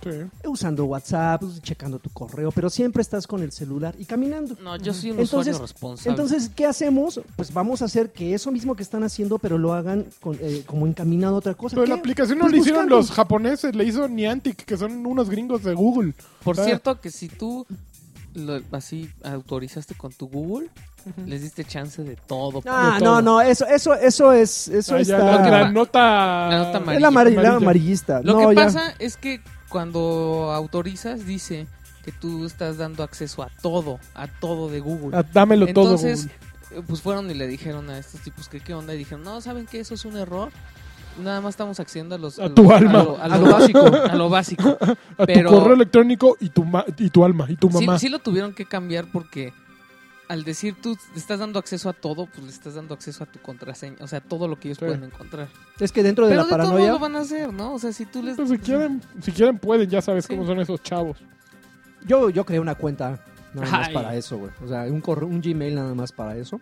S2: Sí.
S4: usando WhatsApp, pues, checando tu correo, pero siempre estás con el celular y caminando.
S2: Mm,
S3: No, yo soy un
S4: Entonces,
S3: usuario responsable.
S4: entonces, ¿qué hacemos? Pues vamos a hacer que eso mismo que están haciendo, pero lo hagan con, eh, como encaminado a otra cosa.
S2: Pero
S4: ¿Qué?
S2: la aplicación no
S4: Pues
S2: la hicieron
S4: buscando.
S2: los japoneses, le hizo Niantic, que son unos gringos de Google.
S3: Por
S2: Ah,
S3: cierto, que si tú lo- así autorizaste con tu Google, les diste chance de todo.
S4: Ah,
S2: de todo.
S4: no, no, eso, eso, eso es, eso
S2: ah, ya,
S4: está...
S2: la, la
S3: Ah.
S2: nota...
S3: La nota
S4: Es la
S2: amarilla.
S4: amari- la amarillista.
S3: Lo
S4: No,
S3: que
S4: ya.
S3: pasa es que cuando autorizas, dice que tú estás dando acceso a todo, a todo de Google.
S2: Ah, dámelo
S3: Entonces,
S2: todo, Google.
S3: eh, pues fueron y le dijeron a estos tipos que qué onda y dijeron, no, ¿saben qué? Eso es un error. Nada más estamos accediendo a los...
S2: A tu
S3: lo-
S2: alma.
S3: A lo, a lo básico. A lo básico.
S2: A
S3: pero-
S2: tu correo electrónico y tu, ma- y tu alma, y tu
S3: Sí,
S2: mamá.
S3: sí lo tuvieron que cambiar porque al decir tú le estás dando acceso a todo, pues le estás dando acceso a tu contraseña. O sea, todo lo que ellos
S2: Sí.
S3: pueden encontrar.
S4: Es que dentro de
S3: Pero
S4: la
S3: de todos modos
S4: paranoia. Pues,
S3: lo van a hacer, ¿no? O sea, si tú les...
S2: Entonces, si, quieren, si quieren pueden, ya sabes
S3: Sí.
S2: cómo son esos chavos.
S4: Yo, yo creé una cuenta nada más
S3: Ay.
S4: para eso, güey. O sea, un, correo- un Gmail nada más para eso.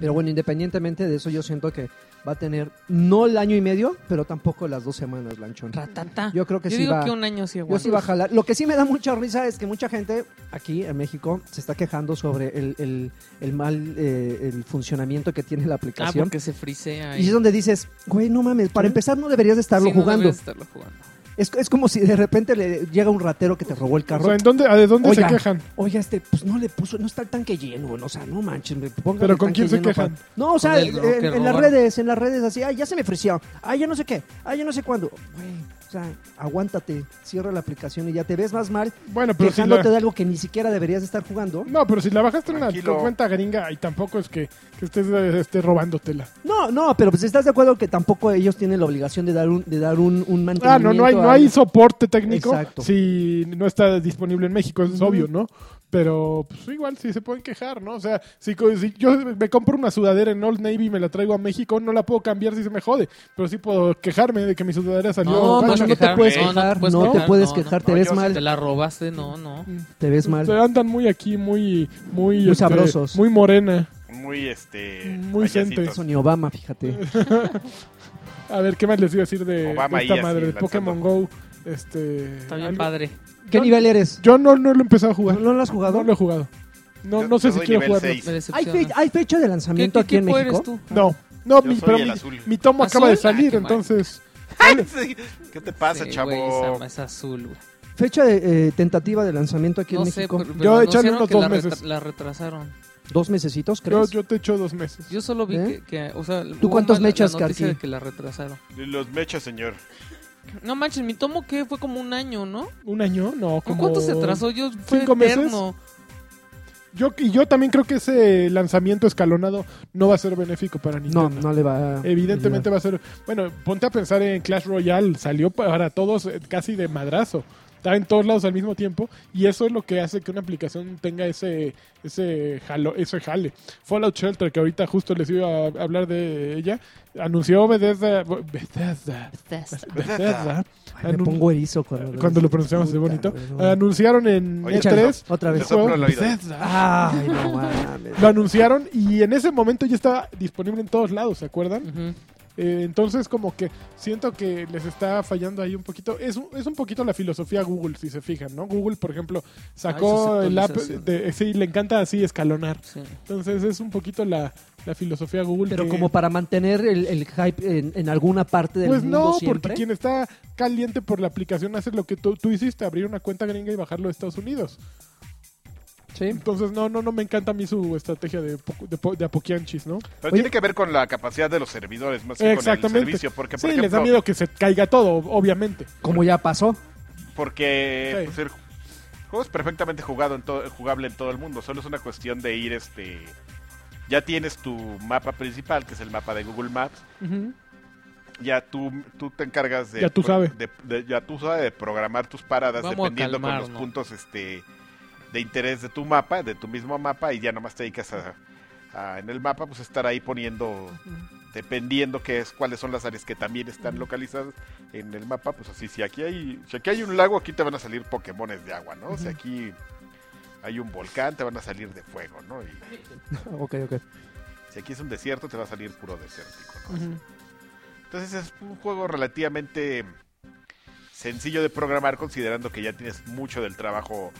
S4: Pero bueno, independientemente de eso, yo siento que va a tener no el año y medio, pero tampoco las dos semanas, Lanchón.
S3: Ratata.
S4: Yo creo que
S3: Yo
S4: sí
S3: digo
S4: va-
S3: que un año sí
S4: Yo
S3: aguanta.
S4: sí va a jalar. Lo que sí me da mucha risa es que mucha gente aquí en México se está quejando sobre el, el- el mal eh, el funcionamiento que tiene la
S3: Ah,
S4: aplicación.
S3: porque se frisea.
S4: y es donde dices, güey, no mames,
S2: ¿Sí?
S4: para empezar no deberías de estarlo
S3: Sí, no
S4: jugando.
S3: debes estarlo jugando.
S4: es, es como si de repente le llega un ratero que te robó el
S2: O
S4: carro.
S2: sea, ¿en dónde, ¿a de dónde
S4: Oiga,
S2: se quejan?
S4: Oiga, este, pues no le puso, no está el tanque lleno, o sea, no manches, me pongan
S2: ¿Pero
S4: el
S2: con
S4: tanque
S2: quién se
S4: lleno
S2: quejan?
S4: para- No, o sea,
S3: Con el
S4: en,
S3: gro- que
S4: en las
S3: robaron.
S4: redes, en las redes, así, ay, ya se me frició, ay, ya no sé qué, ay, ya no sé cuándo. Güey, o sea, aguántate, cierra la aplicación y ya te ves más mal
S2: Bueno, pero si la...
S4: quejándote de algo que ni siquiera deberías estar jugando.
S2: No, pero si la bajaste en una
S1: Tranquilo.
S2: cuenta gringa y tampoco es que, que estés, eh, estés robándotela.
S4: No, no, pero pues estás de acuerdo que tampoco ellos tienen la obligación de dar un, de dar un, un
S2: Ah,
S4: mantenimiento.
S2: no, no hay, no
S4: a-
S2: hay soporte técnico
S4: Exacto.
S2: si no está disponible en México, eso es
S4: Ujú.
S2: obvio, ¿no? Pero pues igual sí se pueden quejar, ¿no? O sea, si, co- si yo me compro una sudadera en Old Navy y me la traigo a México, no la puedo cambiar si se me jode, pero sí puedo quejarme de que mi sudadera salió
S4: No,
S2: facha.
S4: no, no te
S3: quejar,
S4: puedes
S3: no, no te
S4: quejar,
S3: puedes
S4: no te
S3: quejar,
S4: puedes
S3: no,
S4: quejar,
S3: no,
S4: te
S1: no,
S4: ves
S1: yo sí
S4: mal,
S3: Te la robaste, no, no.
S4: te ves
S2: O sea,
S4: mal.
S2: Mm. andan muy aquí, muy muy, este,
S4: Muy sabrosos.
S2: muy morena.
S1: Muy, este...
S2: Muy gente.
S1: payasitos.
S4: Eso ni Obama, fíjate.
S2: A ver, qué más les iba a decir de,
S1: Obama
S2: de esta
S1: ahí así,
S2: madre de
S1: lanzando.
S2: Pokémon Go, este
S3: Está bien
S2: algo-
S3: padre.
S4: ¿Qué nivel eres?
S2: Yo no no lo he empezado a
S4: ¿No,
S2: jugar.
S4: no lo has jugado?
S2: No lo he jugado. No
S1: Yo-
S2: no sé
S1: yo
S2: si
S1: soy
S2: quiero
S1: nivel
S2: jugarlo.
S1: seis.
S3: Me
S4: ¿Hay,
S3: decepciona.
S4: fe- hay fecha de
S3: ¿Qué,
S4: lanzamiento
S3: qué
S4: aquí en
S3: tipo
S4: México.
S3: eres tú?
S2: No, no,
S1: Yo
S2: mi,
S1: soy
S2: pero
S1: el
S2: mi,
S1: azul.
S2: mi tomo
S3: ¿Azul?
S2: acaba de
S3: Ah,
S2: salir,
S3: qué mal.
S2: entonces.
S1: Sí. ¿Qué te pasa,
S3: Sí,
S1: chavo?
S3: güey, esa arma es azul, güey.
S4: Fecha de, eh, tentativa de lanzamiento aquí
S3: No
S4: en
S3: sé,
S4: México.
S3: pero, pero
S2: Yo echarle
S3: anunciaron
S2: unos
S3: que
S2: dos
S3: la,
S2: meses.
S3: retra- la retrasaron.
S4: Dos mesecitos,
S2: Yo,
S4: creo.
S2: yo te echo dos meses.
S3: Yo solo vi
S4: ¿Eh?
S3: que, que, o sea,
S4: ¿Tú
S3: hubo
S4: cuántos
S3: mal- la- la
S4: mechas,
S3: noticia
S4: Karki?
S3: de que la retrasaron.
S1: Los mechas, señor.
S3: No manches, mi tomo que fue como un año, ¿no?
S2: ¿Un año? No,
S3: ¿Con
S2: como...
S3: cuánto se atrasó? Yo fue
S2: cinco meses.
S3: eterno.
S2: yo, y yo también creo que ese lanzamiento escalonado no va a ser benéfico para
S4: No,
S2: Nintendo.
S4: no le va a
S2: Evidentemente va a ser. Bueno, ponte a pensar en Clash Royale. Salió para todos eh, casi de madrazo. Está en todos lados al mismo tiempo. Y eso es lo que hace que una aplicación tenga ese, ese, jalo, ese jale. Fallout Shelter, que ahorita justo les iba a hablar de ella, anunció Bethesda. Bethesda. Bethesda.
S4: Ay, me
S2: Anun-
S4: pongo erizo cuando,
S2: Cuando lo pronunciamos es
S4: Puta,
S2: bonito.
S4: güey, no.
S2: Anunciaron en
S1: Oye,
S2: E3.
S4: Otra
S2: el
S1: Te
S4: vez.
S1: soplo el
S2: juego
S1: oído.
S2: Bethesda.
S4: Ay, no mames.
S2: Lo anunciaron y en ese momento ya estaba disponible en todos lados, ¿se acuerdan?
S3: Ujú.
S2: Eh, entonces como que siento que les está fallando ahí un poquito. Es, un- es un poquito la filosofía Google, si se fijan, ¿no? Google, por ejemplo,
S4: Ah,
S2: sacó
S3: Ay, sus
S2: el app
S3: actualizaciones.
S2: de... Sí, le encanta así escalonar.
S3: Sí.
S2: Entonces es un poquito la, la filosofía Google.
S4: Pero
S2: que-
S4: como para mantener el, el hype en, en alguna parte del
S2: Pues
S4: mundo
S2: no,
S4: siempre.
S2: porque quien está caliente por la aplicación hace lo que tú, tú hiciste, abrir una cuenta gringa y bajarlo de Estados Unidos.
S4: Sí.
S2: Entonces no, no, no me encanta a mí su estrategia de, po- de, po- de apoquianchis, ¿no?
S1: Pero
S4: Oye.
S1: tiene que ver con la capacidad de los servidores, más que con
S2: Exactamente.
S1: el servicio. Porque,
S2: sí,
S1: por
S2: les da
S1: ejemplo,
S2: miedo que se caiga todo, obviamente.
S4: Como ya pasó.
S1: Porque
S2: Sí.
S1: pues, el juego es perfectamente jugado en todo, jugable en todo el mundo. Solo es una cuestión de ir, este, ya tienes tu mapa principal, que es el mapa de Google Maps. Ya tú, tú te encargas de,
S2: Ya tú sabe.
S1: de- de- ya tú sabes de programar tus paradas
S3: Vamos a
S1: dependiendo con los
S3: calmarnos.
S1: puntos, este, de interés de tu mapa, de tu mismo mapa y ya nomás te dedicas a, a, en el mapa pues estar ahí poniendo dependiendo qué es, cuáles son las áreas que también están localizadas en el mapa, pues así, si aquí hay, si aquí hay un lago, aquí te van a salir Pokémones de agua, ¿no? Si aquí hay un volcán, te van a salir de fuego, ¿no? Y
S4: ok, ok.
S1: si aquí es un desierto, te va a salir puro desértico, ¿no? Entonces es un juego relativamente sencillo de programar, considerando que ya tienes mucho del trabajo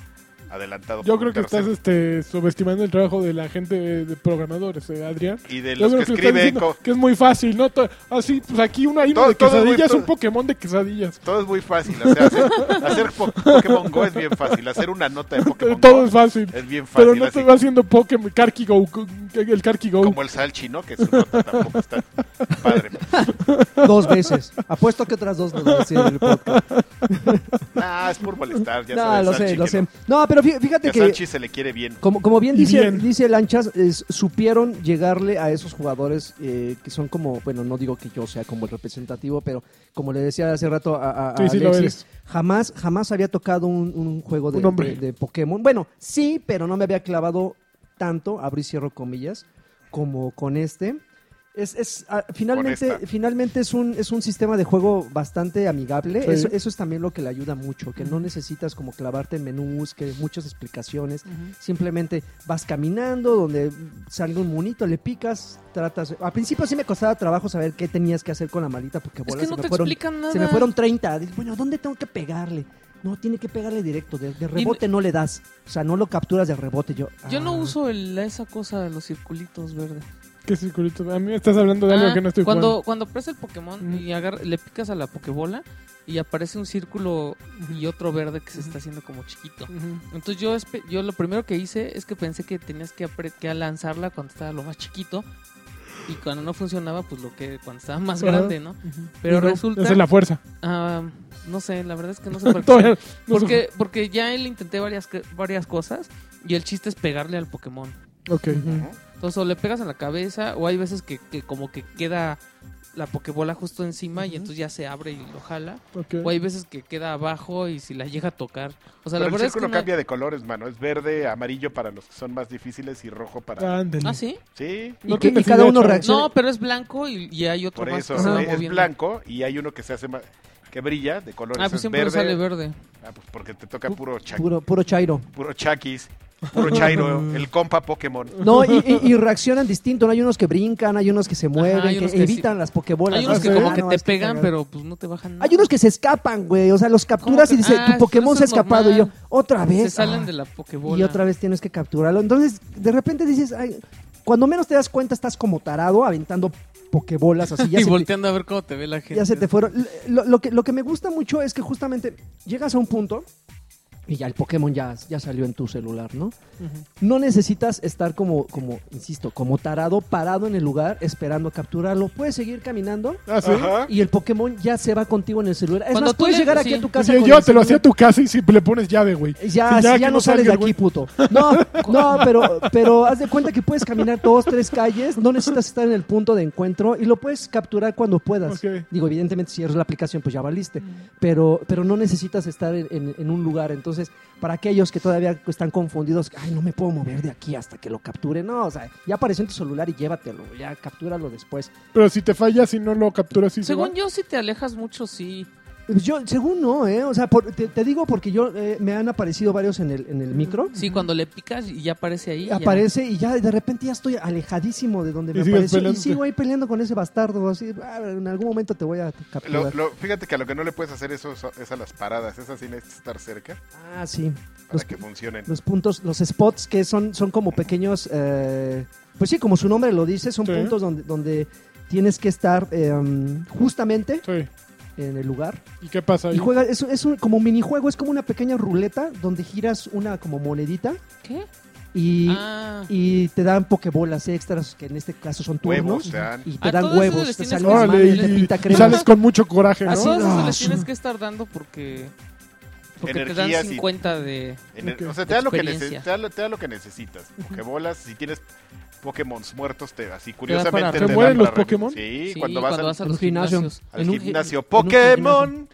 S1: adelantado.
S2: Yo
S1: por
S2: creo
S1: un
S2: que estás
S1: tercero.
S2: este, subestimando el trabajo de la gente de, de programadores, eh, Adrián.
S1: Y de
S2: Yo
S1: los que,
S2: creo que, estás
S1: escriben,
S2: diciendo
S1: co-
S2: que es muy fácil, ¿no? To- Así, pues aquí uno, hay uno
S1: Todo-
S2: de
S1: todo es muy-
S2: quesadillas,
S1: todo-
S2: un Pokémon de quesadillas.
S1: todo es muy fácil. o sea, hacer, hacer po- Pokémon Go es bien fácil. Hacer una nota de Pokémon
S2: Eh, Todo
S1: Go
S2: es fácil.
S1: es bien fácil.
S2: Pero no
S1: así
S2: te va haciendo Pokémon, Karki Go, el Karki Go.
S1: Como el Salchi, ¿no? Que su nota tampoco está padre.
S4: Dos veces. Apuesto que otras dos nos van a decir en el podcast.
S1: Ah, es por molestar. Ya
S4: No,
S1: sabes,
S4: lo
S1: Salchi,
S4: sé, lo
S1: que
S4: sé.
S1: no-
S4: No, pero fí-
S1: que
S4: fíjate
S1: a
S4: que...
S1: Salchi se le quiere bien.
S4: Como, como bien
S2: Y
S4: dice,
S2: bien.
S4: dice Lanchas, es- supieron llegarle a esos jugadores eh, que son como, bueno, no digo que yo sea como el representativo, pero como le decía hace rato a, a- a
S2: Sí, sí, lo
S4: Alexis,
S2: eres.
S4: jamás, jamás había tocado un, un juego de,
S2: Un hombre.
S4: de- de Pokémon. Bueno, sí, pero no me había clavado tanto, abro y cierro comillas, como con este. Es, es, ah, finalmente,
S1: esta.
S4: finalmente es un, es un sistema de juego bastante amigable.
S2: Sí.
S4: Eso, eso es también lo que le ayuda mucho, que no necesitas como clavarte en menús, que muchas explicaciones. Simplemente vas caminando, donde salga un monito, le picas, tratas. Al principio sí me costaba trabajo saber qué tenías que hacer con la malita, porque
S3: Es
S4: bolas,
S3: que no
S4: se,
S3: te
S4: me fueron,
S3: explican nada.
S4: se me fueron 30. Dices, Bueno, ¿dónde tengo que pegarle? No, tiene que pegarle directo, de, de rebote no le das. O sea, no lo capturas de rebote. Yo,
S3: Yo no
S4: ah.
S3: uso el- esa cosa de los circulitos verdes.
S2: ¿Qué circulito? A mí me estás hablando de algo
S3: Ah,
S2: que no estoy
S3: cuando,
S2: jugando.
S3: Cuando presa el Pokémon
S2: Mm.
S3: y agarra- le picas a la Pokébola y aparece un círculo y otro verde que se está haciendo como chiquito.
S2: Ujú.
S3: Entonces yo, espe- yo lo primero que hice es que pensé que tenías que, apre- que lanzarla cuando estaba lo más chiquito y cuando no funcionaba pues lo que cuando estaba más
S2: Ajá.
S3: grande, ¿no? Pero
S2: Y no,
S3: resulta...
S2: Esa es la fuerza.
S3: ah, no sé, la verdad es que no sé por qué.
S2: Todavía no
S3: Porque, porque ya él intenté varias, que- varias cosas y el chiste es pegarle al Pokémon.
S2: se- Ok.
S4: Ujú.
S3: Entonces, o le pegas en la cabeza, o hay veces que, que como que queda la pokebola justo encima y
S2: Ujú.
S3: entonces ya se abre y lo jala.
S2: ok.
S3: O hay veces que queda abajo y si la llega a tocar. O
S1: Pero
S3: sea, la
S1: el
S3: verdad es que.
S1: círculo
S3: una-
S1: cambia de colores, mano. Es verde, amarillo para los que son más difíciles y rojo para...
S2: Ándale.
S3: ¿Ah, sí?
S1: Sí,
S4: Y,
S2: No
S4: que- y
S2: tienes
S4: cada
S2: idea,
S4: uno
S2: chavo.
S4: reacciona.
S3: No, pero es blanco y, y hay otro
S1: por
S3: más
S1: eso.
S3: que se va
S1: eh, es
S3: moviendo.
S1: blanco y hay uno que se hace más... Que brilla de colores.
S3: Ah, pues
S1: es
S3: siempre
S1: verde.
S3: sale verde.
S1: Ah, pues porque te toca puro cha-
S4: Puro, puro chairo.
S1: puro Chakis, puro Chairo, el compa Pokémon.
S4: No, y, y- y reaccionan distinto. ¿no? Hay unos que brincan, hay unos que se mueven,
S3: hay
S4: que,
S3: unos que sí.
S4: evitan las pokebolas.
S3: Hay
S4: ¿no?
S3: unos que
S4: Ah,
S3: como que
S4: no,
S3: te
S4: es
S3: pegan,
S4: cagado.
S3: pero pues no te bajan nada.
S4: Hay unos que se escapan, güey. O sea, los capturas
S3: que?
S4: y dice,
S3: Ah,
S4: tu
S3: pero
S4: Pokémon
S3: eso
S4: se ha
S3: es
S4: escapado. Y yo,
S3: normal.
S4: otra vez.
S3: Se salen
S4: Ah.
S3: de la pokebola.
S4: Y otra vez tienes que capturarlo. Entonces, de repente dices, ay, cuando menos te das cuenta, estás como tarado aventando pokebolas así. Ya
S3: y
S4: se te-
S3: volteando a ver cómo te ve la gente.
S4: ya se te fueron. Lo, lo que, lo que me gusta mucho es que justamente llegas a un punto Y ya el Pokémon ya, ya salió en tu celular, ¿no? No necesitas estar como, como, insisto, como tarado, parado en el lugar esperando a capturarlo. Puedes seguir caminando
S2: Ah, sí.
S1: Ajá.
S4: y el Pokémón ya se va contigo en el celular. Es
S3: Cuando
S4: más,
S3: tú
S4: puedes
S3: le-
S4: llegar
S3: sí.
S4: aquí a tu casa.
S2: Oye,
S4: con
S2: Pues yo
S4: el
S2: te lo hacía a
S4: celular.
S2: tu casa y si le pones llave, güey.
S4: Ya,
S2: Sí,
S4: sí, ya,
S2: que
S4: no sales de
S2: salga el
S4: aquí,
S2: güey.
S4: puto. No, no, pero, pero haz de cuenta que puedes caminar dos, tres calles, no necesitas estar en el punto de encuentro y lo puedes capturar cuando puedas.
S2: Ok.
S4: Digo, evidentemente, si eres la aplicación, pues ya valiste. Pero, pero no necesitas estar en, en- en un lugar. Entonces, para aquellos que todavía están confundidos, ay, no me puedo mover de aquí hasta que lo capture. No, o sea, ya apareció en tu celular y llévatelo, ya captúralo después.
S2: Pero si te fallas y no lo capturas, sí se
S3: Según
S2: va.
S3: yo, si te alejas mucho, sí.
S4: Pues Yo, según no, ¿eh? O sea, por- te, te digo porque yo eh, me han aparecido varios en el, en el micro.
S3: Sí, cuando le picas y ya aparece ahí. ya.
S4: aparece y ya de repente ya estoy alejadísimo de donde
S2: Y
S4: me
S2: sigues
S4: apareció. Y
S2: peleándote.
S4: sigo ahí peleando con ese bastardo. Así, "Ah, en algún momento te voy a
S1: Lo-
S4: capturar.
S1: lo- fíjate que a lo que no le puedes hacer eso so- es a las paradas. Esas sí necesitas estar cerca
S4: Ah, sí.
S1: para
S4: Los,
S1: que funcionen.
S4: los puntos, los spots que son, son como pequeños. eh, pues sí, como su nombre lo dice, son
S2: Sí.
S4: puntos donde, donde tienes que estar eh, justamente
S2: Sí.
S4: en el lugar.
S2: ¿Y qué pasa ahí?
S4: Y juega, es, es un, como un minijuego, es como una pequeña ruleta donde giras una como monedita
S3: ¿Qué?
S4: y.
S3: ah.
S4: y te dan pokebolas extras, que en este caso son
S1: Huevos
S4: turnos.
S1: te dan.
S4: Y te
S3: Ah,
S4: dan
S3: todo eso
S4: huevos,
S3: les
S4: te
S3: tienes
S4: salen
S3: que
S4: las
S3: sale,
S2: Órale,
S4: manos,
S2: y,
S4: te
S2: y-
S4: pinta
S2: y
S4: crema.
S2: sales con mucho coraje, ¿no?
S3: A todos esos
S2: Ah,
S3: les
S2: su-
S3: tienes que estar dando porque, porque te dan
S1: Energías y-
S3: 50 de...
S1: En el-
S2: Ok.
S1: O sea, te da, lo que
S3: Experiencia.
S1: nece- te, da, lo- te da lo que necesitas. Pokébolas, si tienes Pokémon muertos, te, así
S3: dan para-
S1: curiosamente.
S3: ¿Te
S1: te dan
S2: mueren los
S1: para revivir.
S2: Pokémon?
S1: Sí,
S3: Sí,
S1: cuando vas, al,
S4: al gimnasio.
S1: al
S4: en un gi-
S1: gimnasio.
S4: en un
S1: ¡Pokémon!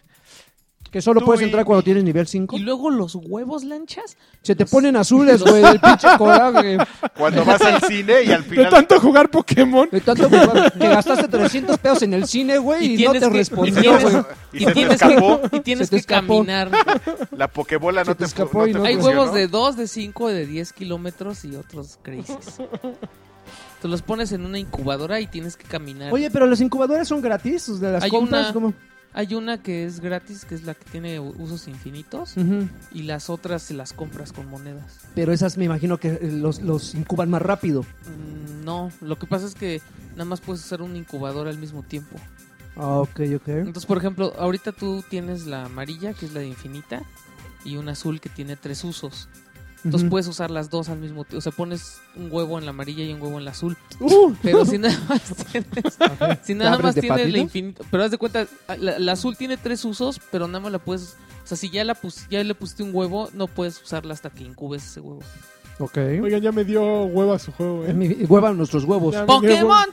S4: Que solo
S1: Tú
S4: puedes
S1: y-
S4: entrar cuando tienes nivel 5.
S3: Y pues. luego los huevos lanchas.
S4: Se te ponen azules, güey, del pinche coraje.
S1: Cuando vas al cine y al
S2: De
S1: final.
S2: tanto jugar Pokémon.
S4: De tanto que, que gastaste 300 pesos en el cine, güey, y, no te
S3: tienes que- y
S4: respondió,
S3: tienes-
S4: güey.
S1: Y
S3: y
S1: se te
S3: tienes
S1: escapó.
S3: que, y tienes
S4: Se te
S3: que
S4: escapó.
S3: caminar.
S1: La Pokébola no
S4: Se te
S1: te, fu-
S4: escapó
S1: no
S4: y
S1: te
S4: no-
S3: Hay
S1: funcionó.
S3: huevos de 2, de 5, de 10 kilómetros y otros crazies. Te los pones en una incubadora y tienes que caminar.
S4: Oye, pero las incubadoras son gratis, ¿Los de las
S3: Hay
S4: compras,
S3: una-
S4: ¿cómo?
S3: Hay una que es gratis, que es la que tiene u- usos infinitos.
S4: Ujú.
S3: Y las otras se las compras con monedas.
S4: Pero esas me imagino que eh, los, los incuban más rápido.
S3: Mm, No, lo que pasa es que nada más puedes usar una incubadora al mismo tiempo.
S4: Ah, ok, ok.
S3: Entonces, por ejemplo, ahorita tú tienes la amarilla, que es la de infinita, y una azul que tiene tres usos. Entonces
S4: Ujú.
S3: puedes usar las dos al mismo tiempo. O sea, pones un huevo en la amarilla y un huevo en la azul.
S4: Uh,
S3: Pero si nada más tienes, si nada
S4: abres
S3: más
S4: de
S3: tienes la
S4: patitas?
S3: infinita. Pero haz de cuenta, la, la azul tiene tres usos, pero nada más la puedes. O sea, si ya, la pus- ya le pusiste un huevo, no puedes usarla hasta que incubes ese huevo.
S4: Ah, ok.
S2: Oigan, ya me dio hueva su juego,
S4: Eh,
S2: ¿eh?
S4: mi- Huevan nuestros huevos.
S2: Ya me dio
S3: ¡Pokémon!
S2: hueva-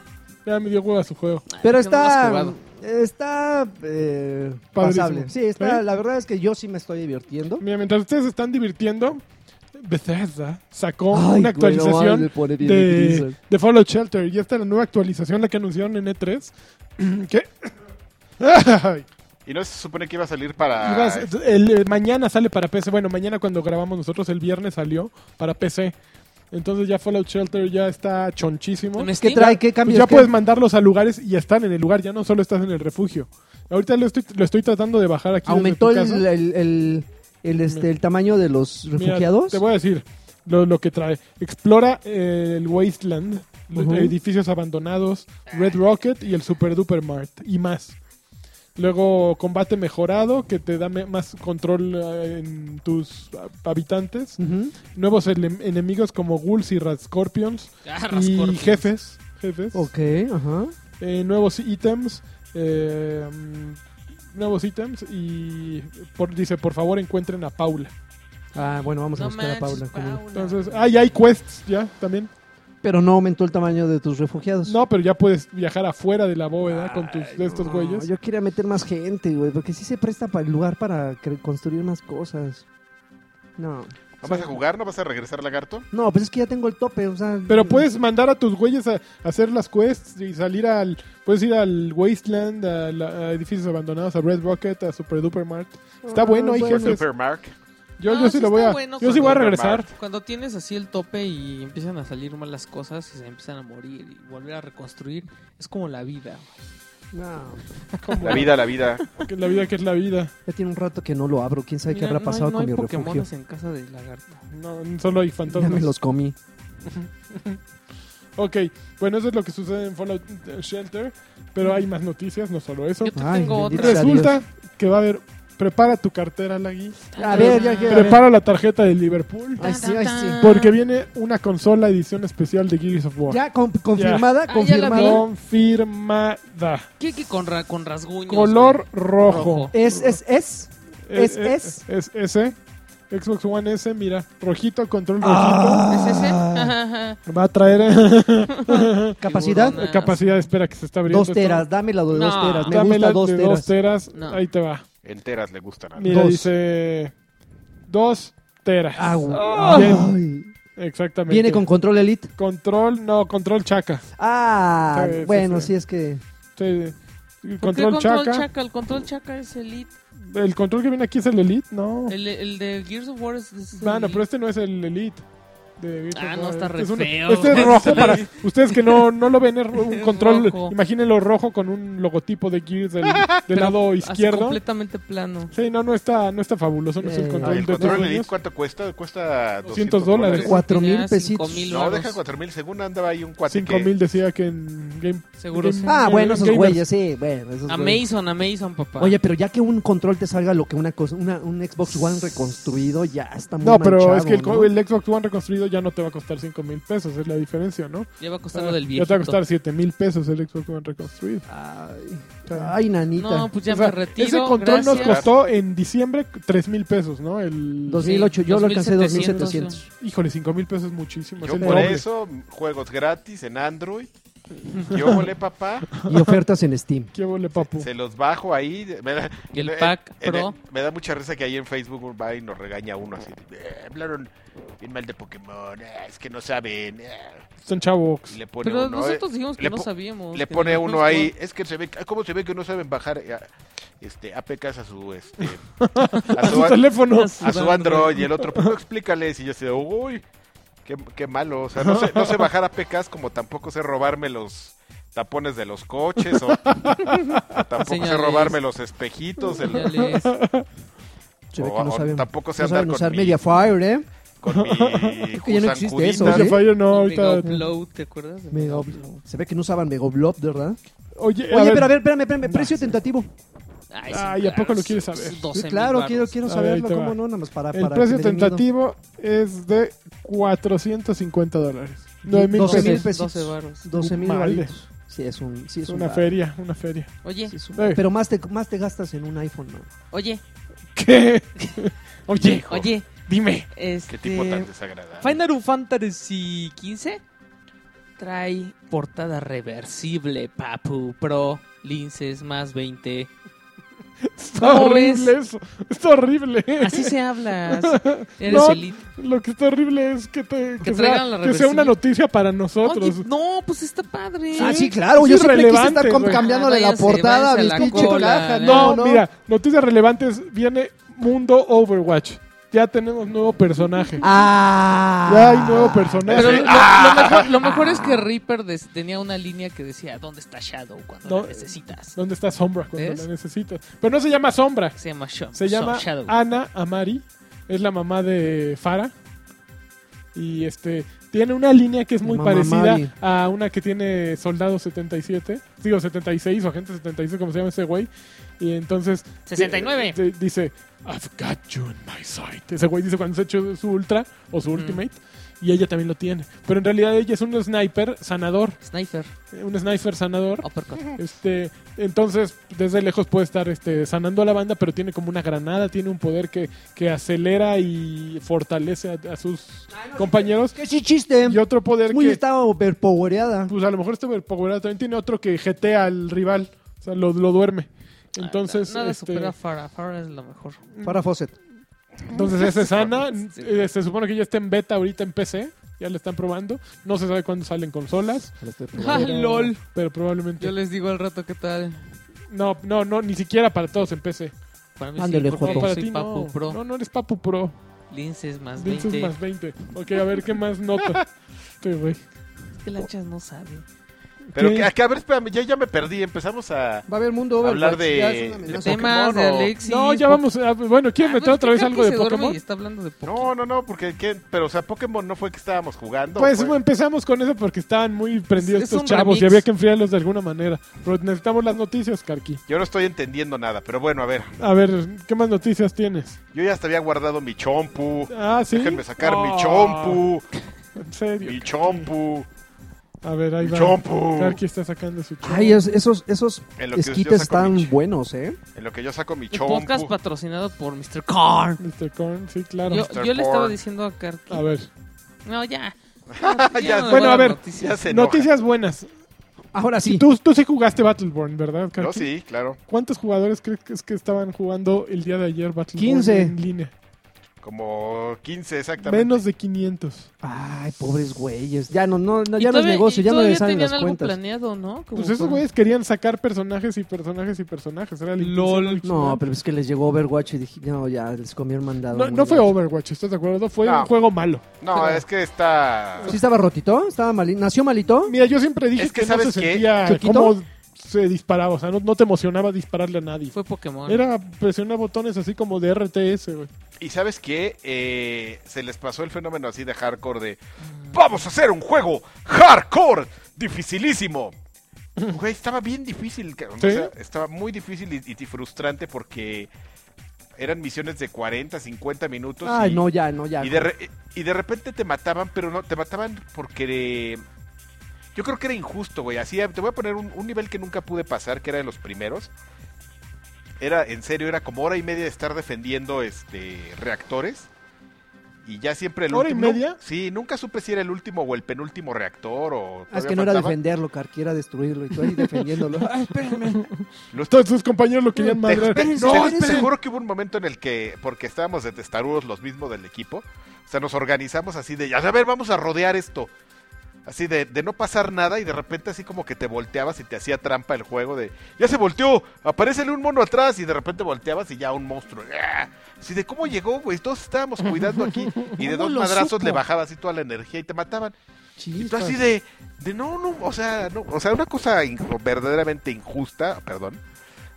S2: Ya me dio hueva su juego.
S4: Pero
S3: Ay, que no lo has
S4: está.
S3: jugado.
S4: Está. eh,
S2: Padrísimo.
S4: pasable. Sí, está,
S2: ¿Eh?
S4: la verdad es que yo sí me estoy divirtiendo.
S2: Mira, mientras ustedes se están divirtiendo, Bethesda sacó
S4: Ay,
S2: una
S4: güey, no mames,
S2: actualización
S4: me pone bien
S2: de,
S4: gris.
S2: de Fallout Shelter. Y esta es la nueva actualización, la que anunciaron en E E3. que
S1: Y no se supone que iba a salir para.
S2: Ibas- el, eh, mañana sale para PC. Bueno, mañana cuando grabamos nosotros, el viernes salió para PC. Entonces ya Fallout Shelter ya está chonchísimo.
S3: ¿En
S4: ¿Qué
S3: Steam?
S4: trae? ¿Qué
S2: Pues
S4: cambios?
S2: ya
S4: ¿Qué-
S2: puedes mandarlos a lugares y están en el lugar, ya no solo estás en el refugio. Ahorita lo estoy, lo estoy tratando de bajar aquí. desde
S4: ¿Aumentó
S2: tu casa.
S4: el, el, el- el, este, el tamaño de los
S2: Mira,
S4: refugiados?
S2: te voy a decir lo, lo que trae. Explora eh, el Wasteland, los
S4: Ujú.
S2: edificios abandonados, Red Rocket y el Super Duper Mart y más. Luego combate mejorado que te da me- más control eh, en tus ah, habitantes.
S4: Ujú.
S2: Nuevos ele- enemigos como ghouls y radscorpions
S3: Ah,
S2: y
S3: Rascorpions.
S2: jefes. jefes.
S4: Ok, ajá.
S2: Eh, nuevos ítems. eh, mm, nuevos ítems y por- dice, por favor encuentren a Paula.
S4: Ah, bueno, vamos a
S3: No
S4: buscar a Paula.
S3: manches,
S4: ¿cómo no?
S3: Paula.
S2: Entonces, ah, y hay quests ya también.
S4: Pero no aumentó el tamaño de tus refugiados.
S2: No, pero ya puedes viajar afuera de la bóveda con tus, de estos
S4: No,
S2: güeyes.
S4: Yo quería meter más gente, güey, porque sí se presta para el lugar para cre- construir más cosas. No.
S1: ¿No vas a jugar? ¿No vas a regresar, lagarto?
S4: No, pues es que ya tengo el tope, o sea.
S2: Pero puedes mandar a tus güeyes a, a hacer las quests y salir al... Puedes ir al Wasteland, a, la- a edificios abandonados, a Red Rocket, a Super Duper Mart. Está
S4: Ah,
S2: bueno, hay
S4: bueno.
S2: jefes.
S1: Supermark.
S2: Yo,
S3: Ah,
S2: yo sí
S3: sí
S2: lo voy
S3: está
S2: a...
S3: bueno
S2: yo sí voy a
S1: cuando-
S2: regresar.
S3: Cuando tienes así el tope y empiezan a salir mal las cosas y se empiezan a morir y volver a reconstruir, es como la vida.
S4: No.
S1: La vida, la vida.
S2: Que La vida que es la vida.
S4: Ya tiene un rato que no lo abro. ¿Quién sabe qué habrá pasado
S3: no
S4: con
S3: hay
S4: mi refugio?
S3: Pokémones en casa de lagarto.
S2: No, solo hay
S4: Ya me
S2: fantasmas.
S4: los comí.
S2: Ok, bueno, eso es lo que sucede en Fallout eh, Shelter. Pero hay más noticias, no solo eso.
S3: Yo te
S4: Ay,
S3: tengo
S4: bendito
S3: otra.
S4: sea.
S2: Resulta que va a haber Prepara tu cartera, Lagui.
S4: A ver, ya, ya, a ver.
S2: Prepara la tarjeta de Liverpool.
S4: Ay, sí, ay, sí.
S2: Porque viene una consola edición especial de Gears of War.
S4: Ya, con- confirmada,
S3: Ah, ya la
S4: confirmada.
S2: Confirmada.
S3: ¿Qué, qué con, ra- con rasguños?
S2: Color
S3: güey?
S2: rojo.
S4: Es, es, es. Es,
S2: Eh, eh,
S4: es.
S2: Es ese. Xbox One S, mira. Rojito, control
S3: ¿Es ese?
S4: Ah,
S3: Ajá, ajá.
S2: rojito. Va a traer eh,
S4: Capacidad,
S3: Tiburón.
S2: capacidad de espera que se está abriendo.
S4: dos teras. Dame la de dos
S3: No.
S4: teras.
S2: esto.
S4: Me
S2: Dámela
S4: gusta dos
S2: de
S4: teras.
S2: dos teras.
S3: No.
S2: Ahí te va.
S1: Enteras le gustan. a mí.
S2: Mira,
S4: Dos.
S2: dice. Dos teras.
S4: Ah, güey.
S2: Bien.
S4: Ay.
S2: Exactamente.
S4: Viene con control elite.
S2: Control, no, control chaca.
S4: Ah,
S2: Sí, sí,
S4: bueno,
S2: sí.
S4: sí es que.
S2: Sí.
S3: ¿Por qué
S2: Control, chaca.
S3: El control chaca es elite.
S2: El control que viene aquí es el Elite, no.
S3: El, el de Gears of War es. es
S2: Bueno,
S3: elite.
S2: pero este no es el Elite. de Virtua
S3: Ah,
S2: Boy.
S3: no, está
S2: Este
S3: re
S2: es un-
S3: feo.
S2: Este es rojo para ustedes que no, no lo ven, es ro- un
S3: Es
S2: control,
S3: rojo.
S2: imagínenlo rojo con un logotipo de Gears del, del
S3: Pero
S2: lado
S3: así
S2: izquierdo.
S3: completamente plano.
S2: Sí, no, no está, no está fabuloso, no es el
S4: Eh,
S2: control
S1: Ay,
S2: de
S1: Ah, el control
S2: Estados
S1: Elite,
S2: Unidos.
S1: ¿cuánto cuesta? Cuesta
S2: 200 dólares.
S4: Cuatro mil
S3: Ya, cinco
S4: pesitos.
S3: mil
S1: No,
S3: varos.
S1: deja 4000. Según andaba ahí un cuate
S2: 5000
S1: que...
S2: decía que en Game
S3: Seguro sí.
S4: Ah,
S2: Bien,
S4: bueno,
S2: bien,
S4: esos
S2: gamers.
S4: güeyes, sí, bueno, esos
S2: pues,
S4: güeyes.
S3: Amazon, Amazon, papá.
S4: Oye, pero ya que un control te salga lo que una cosa, una, un Xbox One reconstruido, ya está muy
S2: No, pero
S4: manchado,
S2: es que el,
S4: ¿no?
S2: co- el Xbox One reconstruido ya no te va a costar 5000 pesos, es la diferencia, ¿no?
S3: ya va a costar
S2: Ah,
S3: lo del
S2: ya
S3: viejito.
S2: te va a costar 7000 pesos el Xbox One reconstruido.
S4: Ay,
S2: Sí.
S4: ay, nanita.
S3: No, pues ya
S2: O sea,
S3: me retiro.
S2: ese control nos
S3: gracias.
S2: costó en diciembre 3000 pesos, ¿no? El
S4: 2008, yo lo alcancé
S3: 2700,
S4: 2700.
S2: Híjole, 5 mil pesos es muchísimo. es
S1: Yo
S2: el
S1: por
S2: doble.
S1: eso, juegos gratis en Android. Yo volé, papá.
S4: Y ofertas en Steam.
S2: ¿Qué vole, papu?
S1: Se los bajo ahí. Me da,
S3: Y el
S1: en-
S3: pack
S1: en-
S3: pro.
S1: me da mucha risa que ahí en Facebook va y nos regaña uno así. "Eh, hablaron bien mal de Pokémon. eh, es que no saben. eh".
S2: Son chavos.
S1: Y le pone
S3: Pero
S1: uno,
S3: nosotros
S1: eh,
S3: dijimos que
S1: le
S3: no
S1: po-
S3: sabíamos.
S1: le
S3: que
S1: pone
S3: no
S1: uno
S3: nos
S1: ahí. Es que se ve. ¿Cómo se ve que no saben bajar eh, este, APKs a su. Este, a
S2: A
S1: su,
S2: su
S1: an-
S2: teléfono.
S3: Las-
S1: a su Android? Y el otro, pues, explícales. Y yo así de, uy, qué, qué malo. O sea, no sé, no sé bajar APKs como tampoco sé robarme los tapones de los coches o tampoco sé
S3: Señales.
S1: robarme los espejitos el,
S3: Ya lees.
S4: Se ve
S1: O-
S4: que no
S1: o
S4: saben,
S1: Oh, tampoco se
S4: no
S1: andar
S4: saben
S1: con
S4: usar
S1: mi-
S4: Mediafire, ¿eh?
S1: con mi
S4: Es que ya no
S1: Husan
S4: existe
S1: Houdini.
S4: eso,
S2: Oye,
S4: ¿sí?
S2: Fire, no,
S3: Mega
S2: ahorita.
S3: Upload, ¿te acuerdas? de
S4: Mega- Se ve que no usaban Megoblob, ¿verdad?
S2: Oye,
S4: Oye, pero a ver, espérame, espérame. Precio tentativo.
S3: Ay,
S2: Ay, ¿a poco lo quieres saber?
S4: Sí, claro, quiero, quiero
S2: A ver,
S4: saberlo.
S2: ahí te
S4: ¿Cómo
S2: va.
S4: no? Nada más para.
S2: El
S4: para
S2: precio
S4: que me den
S2: tentativo es de 450 dólares. 9 mil
S4: 12
S2: pesos.
S4: mil
S3: 12
S4: pesitos.
S3: varos.
S4: miedo. 12 mil
S2: Madre.
S4: varitos. Sí, es un. Sí, es
S2: Es
S4: un
S2: una
S4: bar.
S2: feria, una feria.
S3: Oye,
S4: Sí, es un-
S2: Sí.
S4: Pero más te, más te gastas en un iPhone, ¿no?
S3: oye,
S2: ¿Qué? Oye,
S3: oye.
S2: dime.
S1: Qué
S3: Este...
S1: tipo tan desagradable.
S3: Final Fantasy XV trae portada reversible, Papu Pro, linces más 20.
S2: Está
S3: ¿Cómo
S2: horrible
S3: ves?
S2: eso. Está horrible.
S3: Así se habla. Eres
S2: No,
S3: elite.
S2: Lo que está horrible es que, te, que, sea,
S3: traigan la
S2: que sea una
S3: reversible.
S2: noticia para nosotros.
S3: Oye, no, pues está padre.
S4: Ah, sí,
S2: Sí,
S4: claro.
S2: es
S4: Yo siempre quise
S2: irrelevante,
S4: estar com-
S2: güey.
S4: cambiándole la
S3: Váyanse,
S4: portada a
S3: váyanse
S4: mis
S3: a la
S4: pinche
S3: cola,
S4: cajas.
S3: ¿no?
S2: No, mira, noticias relevantes. Viene Mundo Overwatch. Ya tenemos nuevo personaje.
S4: Ah.
S2: Ya hay nuevo personaje.
S3: Pero
S1: Sí.
S3: lo,
S1: Ah.
S3: lo mejor, lo mejor es que Reaper des- tenía una línea que decía, ¿dónde está Shadow cuando
S2: No,
S3: la necesitas?
S2: ¿Dónde está Sombra cuando
S3: ¿Ves?
S2: la necesitas? Pero no se llama Sombra.
S3: Se llama, Shadow.
S2: Se llama Ah,
S3: Shadow.
S2: Ana Amari. Es la mamá de Farah. Y este tiene una línea que es muy
S4: Mamá
S2: parecida
S4: Mari.
S2: a una que tiene Soldado 77. Digo, 76 o Agente 76, como se llama ese güey. Y entonces...
S3: 69.
S2: di- di- dice, I've got you in my sight. Ese güey dice cuando se echa su Ultra o su Ultimate. Y ella también lo tiene. Pero en realidad ella es un sniper sanador.
S3: Sniper,
S2: eh, Un sniper sanador.
S3: uppercut.
S2: Este, entonces, desde lejos puede estar este, sanando a la banda, pero tiene como una granada, tiene un poder que, que acelera y fortalece a, a sus compañeros.
S4: Que sí, chiste.
S2: Y otro poder
S4: Muy
S2: que,
S4: estaba overpowereada.
S2: pues a lo mejor este overpowerado también tiene otro que jetea al rival, o sea, lo, lo duerme.
S3: Ah,
S2: Entonces,
S3: Nada
S2: este,
S3: supera a Farah. Farah es lo mejor.
S4: Para Fawcett.
S2: entonces ese sana,
S3: Sí.
S2: eh, se supone que ya está en beta ahorita en PC, ya lo están probando, no se sabe cuándo salen consolas.
S3: Ah,
S2: pero-
S3: lol.
S2: Pero probablemente...
S3: Yo les digo al rato qué tal.
S2: No, no, no, ni siquiera para todos en PC.
S3: Para mí
S4: Ándale,
S3: sí, porque
S2: No,
S4: Joto.
S3: yo
S2: para
S3: soy
S2: ti
S3: Papu
S2: no.
S3: Pro.
S2: No, no eres Papu Pro.
S3: Linces más
S2: Vinces
S3: 20.
S2: más 20. Ok, a ver qué más nota. Este güey.
S3: Es que Lanchas no sabe.
S1: Pero
S2: ¿Qué?
S1: que, que, a ver, espérame, ya, ya me perdí. Empezamos a.
S4: Va a haber mundo Overwatch.
S1: Hablar de-
S4: ya es una
S1: de
S4: amenaza.
S3: Temas de
S1: Pokémon o-
S3: Alexis. pues,
S2: no, ya vamos. a- bueno,
S3: Ah,
S2: ¿quieren meter otra vez algo de Pokémon?
S3: Y está hablando de Pokémon.
S1: No, no, no, porque. ¿qué? Pero, o sea, Pokémon no fue que estábamos jugando.
S2: Pues
S1: fue-
S2: empezamos con eso porque estaban muy prendidos
S3: Es- es
S2: estos
S3: un
S2: chavos y
S3: remix.
S2: había que enfriarlos de alguna manera. Pero necesitamos las noticias, Karki.
S1: Yo no estoy entendiendo nada, pero bueno, a ver.
S2: A ver, ¿qué más noticias tienes?
S1: Yo ya hasta había guardado mi chompu.
S2: Ah, sí.
S1: Déjenme sacar mi
S2: Ah,
S1: chompu.
S2: En serio.
S1: Mi chompu.
S2: A ver, ahí
S1: Mi
S2: va.
S1: chompu.
S2: Karki está sacando su chompu.
S4: Ay, es- esos, esos
S1: En lo que yo
S4: esquites
S1: saco
S4: están
S1: mi ch-
S4: buenos, ¿eh?
S1: En lo que yo saco mi
S3: El podcast
S1: chompu.
S3: patrocinado por Mr. Corn.
S2: Mr. Korn, sí, claro.
S3: Yo,
S1: Mr.
S3: yo le estaba
S1: Porn.
S3: diciendo a Karki.
S2: A ver.
S3: No, ya.
S1: Ya,
S3: no
S2: bueno,
S3: le
S2: a
S1: Ya
S2: ver,
S3: dar noticias.
S1: se enoja.
S2: Noticias buenas.
S4: Ahora sí.
S2: Tú, tú sí jugaste Battleborn, ¿verdad, Karki?
S1: No, sí, claro.
S2: ¿Cuántos jugadores crees que, es que estaban jugando el día de ayer Battleborn
S4: 15.
S2: en línea?
S1: Como 15 exactamente.
S2: Menos de 500.
S4: Ay, pobres güeyes. Ya no, no, no,
S3: Y
S4: ya no es
S3: todavía-
S4: negocio,
S3: y
S4: ya no
S3: todavía
S4: les salen
S3: tenían
S4: las
S3: algo
S4: cuentas.
S3: planeado, ¿no? Como
S2: Pues esos
S3: para-
S2: güeyes querían sacar personajes y personajes y personajes. Era la intención
S3: Lol.
S4: No,
S2: original.
S4: pero es que les llegó Overwatch y dije, no, ya les comió el mandado.
S2: No,
S4: muy
S2: no fue
S4: gacho.
S2: Overwatch, ¿estás de acuerdo? Fue
S1: No.
S2: un juego malo.
S1: No, es que está.
S4: ¿Sí estaba rotito? ¿Estaba mali- ¿Nació malito?
S2: Mira, yo siempre dije
S1: Es
S2: que,
S1: que,
S2: no se
S1: ¿sabes qué?
S2: sentía
S4: ¿Chuequito?
S2: cómo se disparaba. O sea, no, no te emocionaba dispararle a nadie.
S3: Fue Pokémon.
S2: Era presionar botones así como de RTS, güey.
S1: Y sabes qué? Eh, se les pasó el fenómeno así de hardcore de... Vamos a hacer un juego hardcore, dificilísimo. Güey, estaba bien difícil, cabrón. O
S2: ¿Sí?
S1: sea, estaba muy difícil y, y frustrante porque eran misiones de 40, 50 minutos.
S4: Ay,
S1: y,
S4: no, ya, no, ya.
S1: y de re- y de repente te mataban, pero no, te mataban porque... de- Yo creo que era injusto, güey. Así, te voy a poner un, un nivel que nunca pude pasar, que era de los primeros. Era, en serio, era como hora y media de estar defendiendo este reactores. Y ya siempre el
S2: ¿Hora y
S1: último.
S2: media?
S1: Sí, nunca supe si era el último o el penúltimo reactor o.
S4: Ah, es
S1: todavía
S4: que no era
S1: faltaba.
S4: defenderlo, Karki, era destruirlo. Y tú ahí defendiéndolo. Ay, espérame.
S1: Los-
S2: Todos sus compañeros lo querían madrear.
S1: Te-
S4: espérense,
S1: no,
S4: espérense.
S1: seguro que hubo un momento en el que, porque estábamos de testarudos los mismos del equipo, o sea, nos organizamos así de, a ver, vamos a rodear esto. Así de, de no pasar nada y de repente así como que te volteabas y te hacía trampa el juego de, ya se volteó, aparecele un mono atrás y de repente volteabas y ya un monstruo. ¡ah! Así de, ¿cómo llegó, güey? Todos estábamos cuidando aquí y de
S4: ¿Cómo
S1: dos
S4: lo
S1: madrazos
S4: supo?
S1: le bajaba así toda la energía y te mataban. Y tú
S4: Chispas.
S1: así de, de no, no, o sea, no, o sea, una cosa in- verdaderamente injusta, perdón,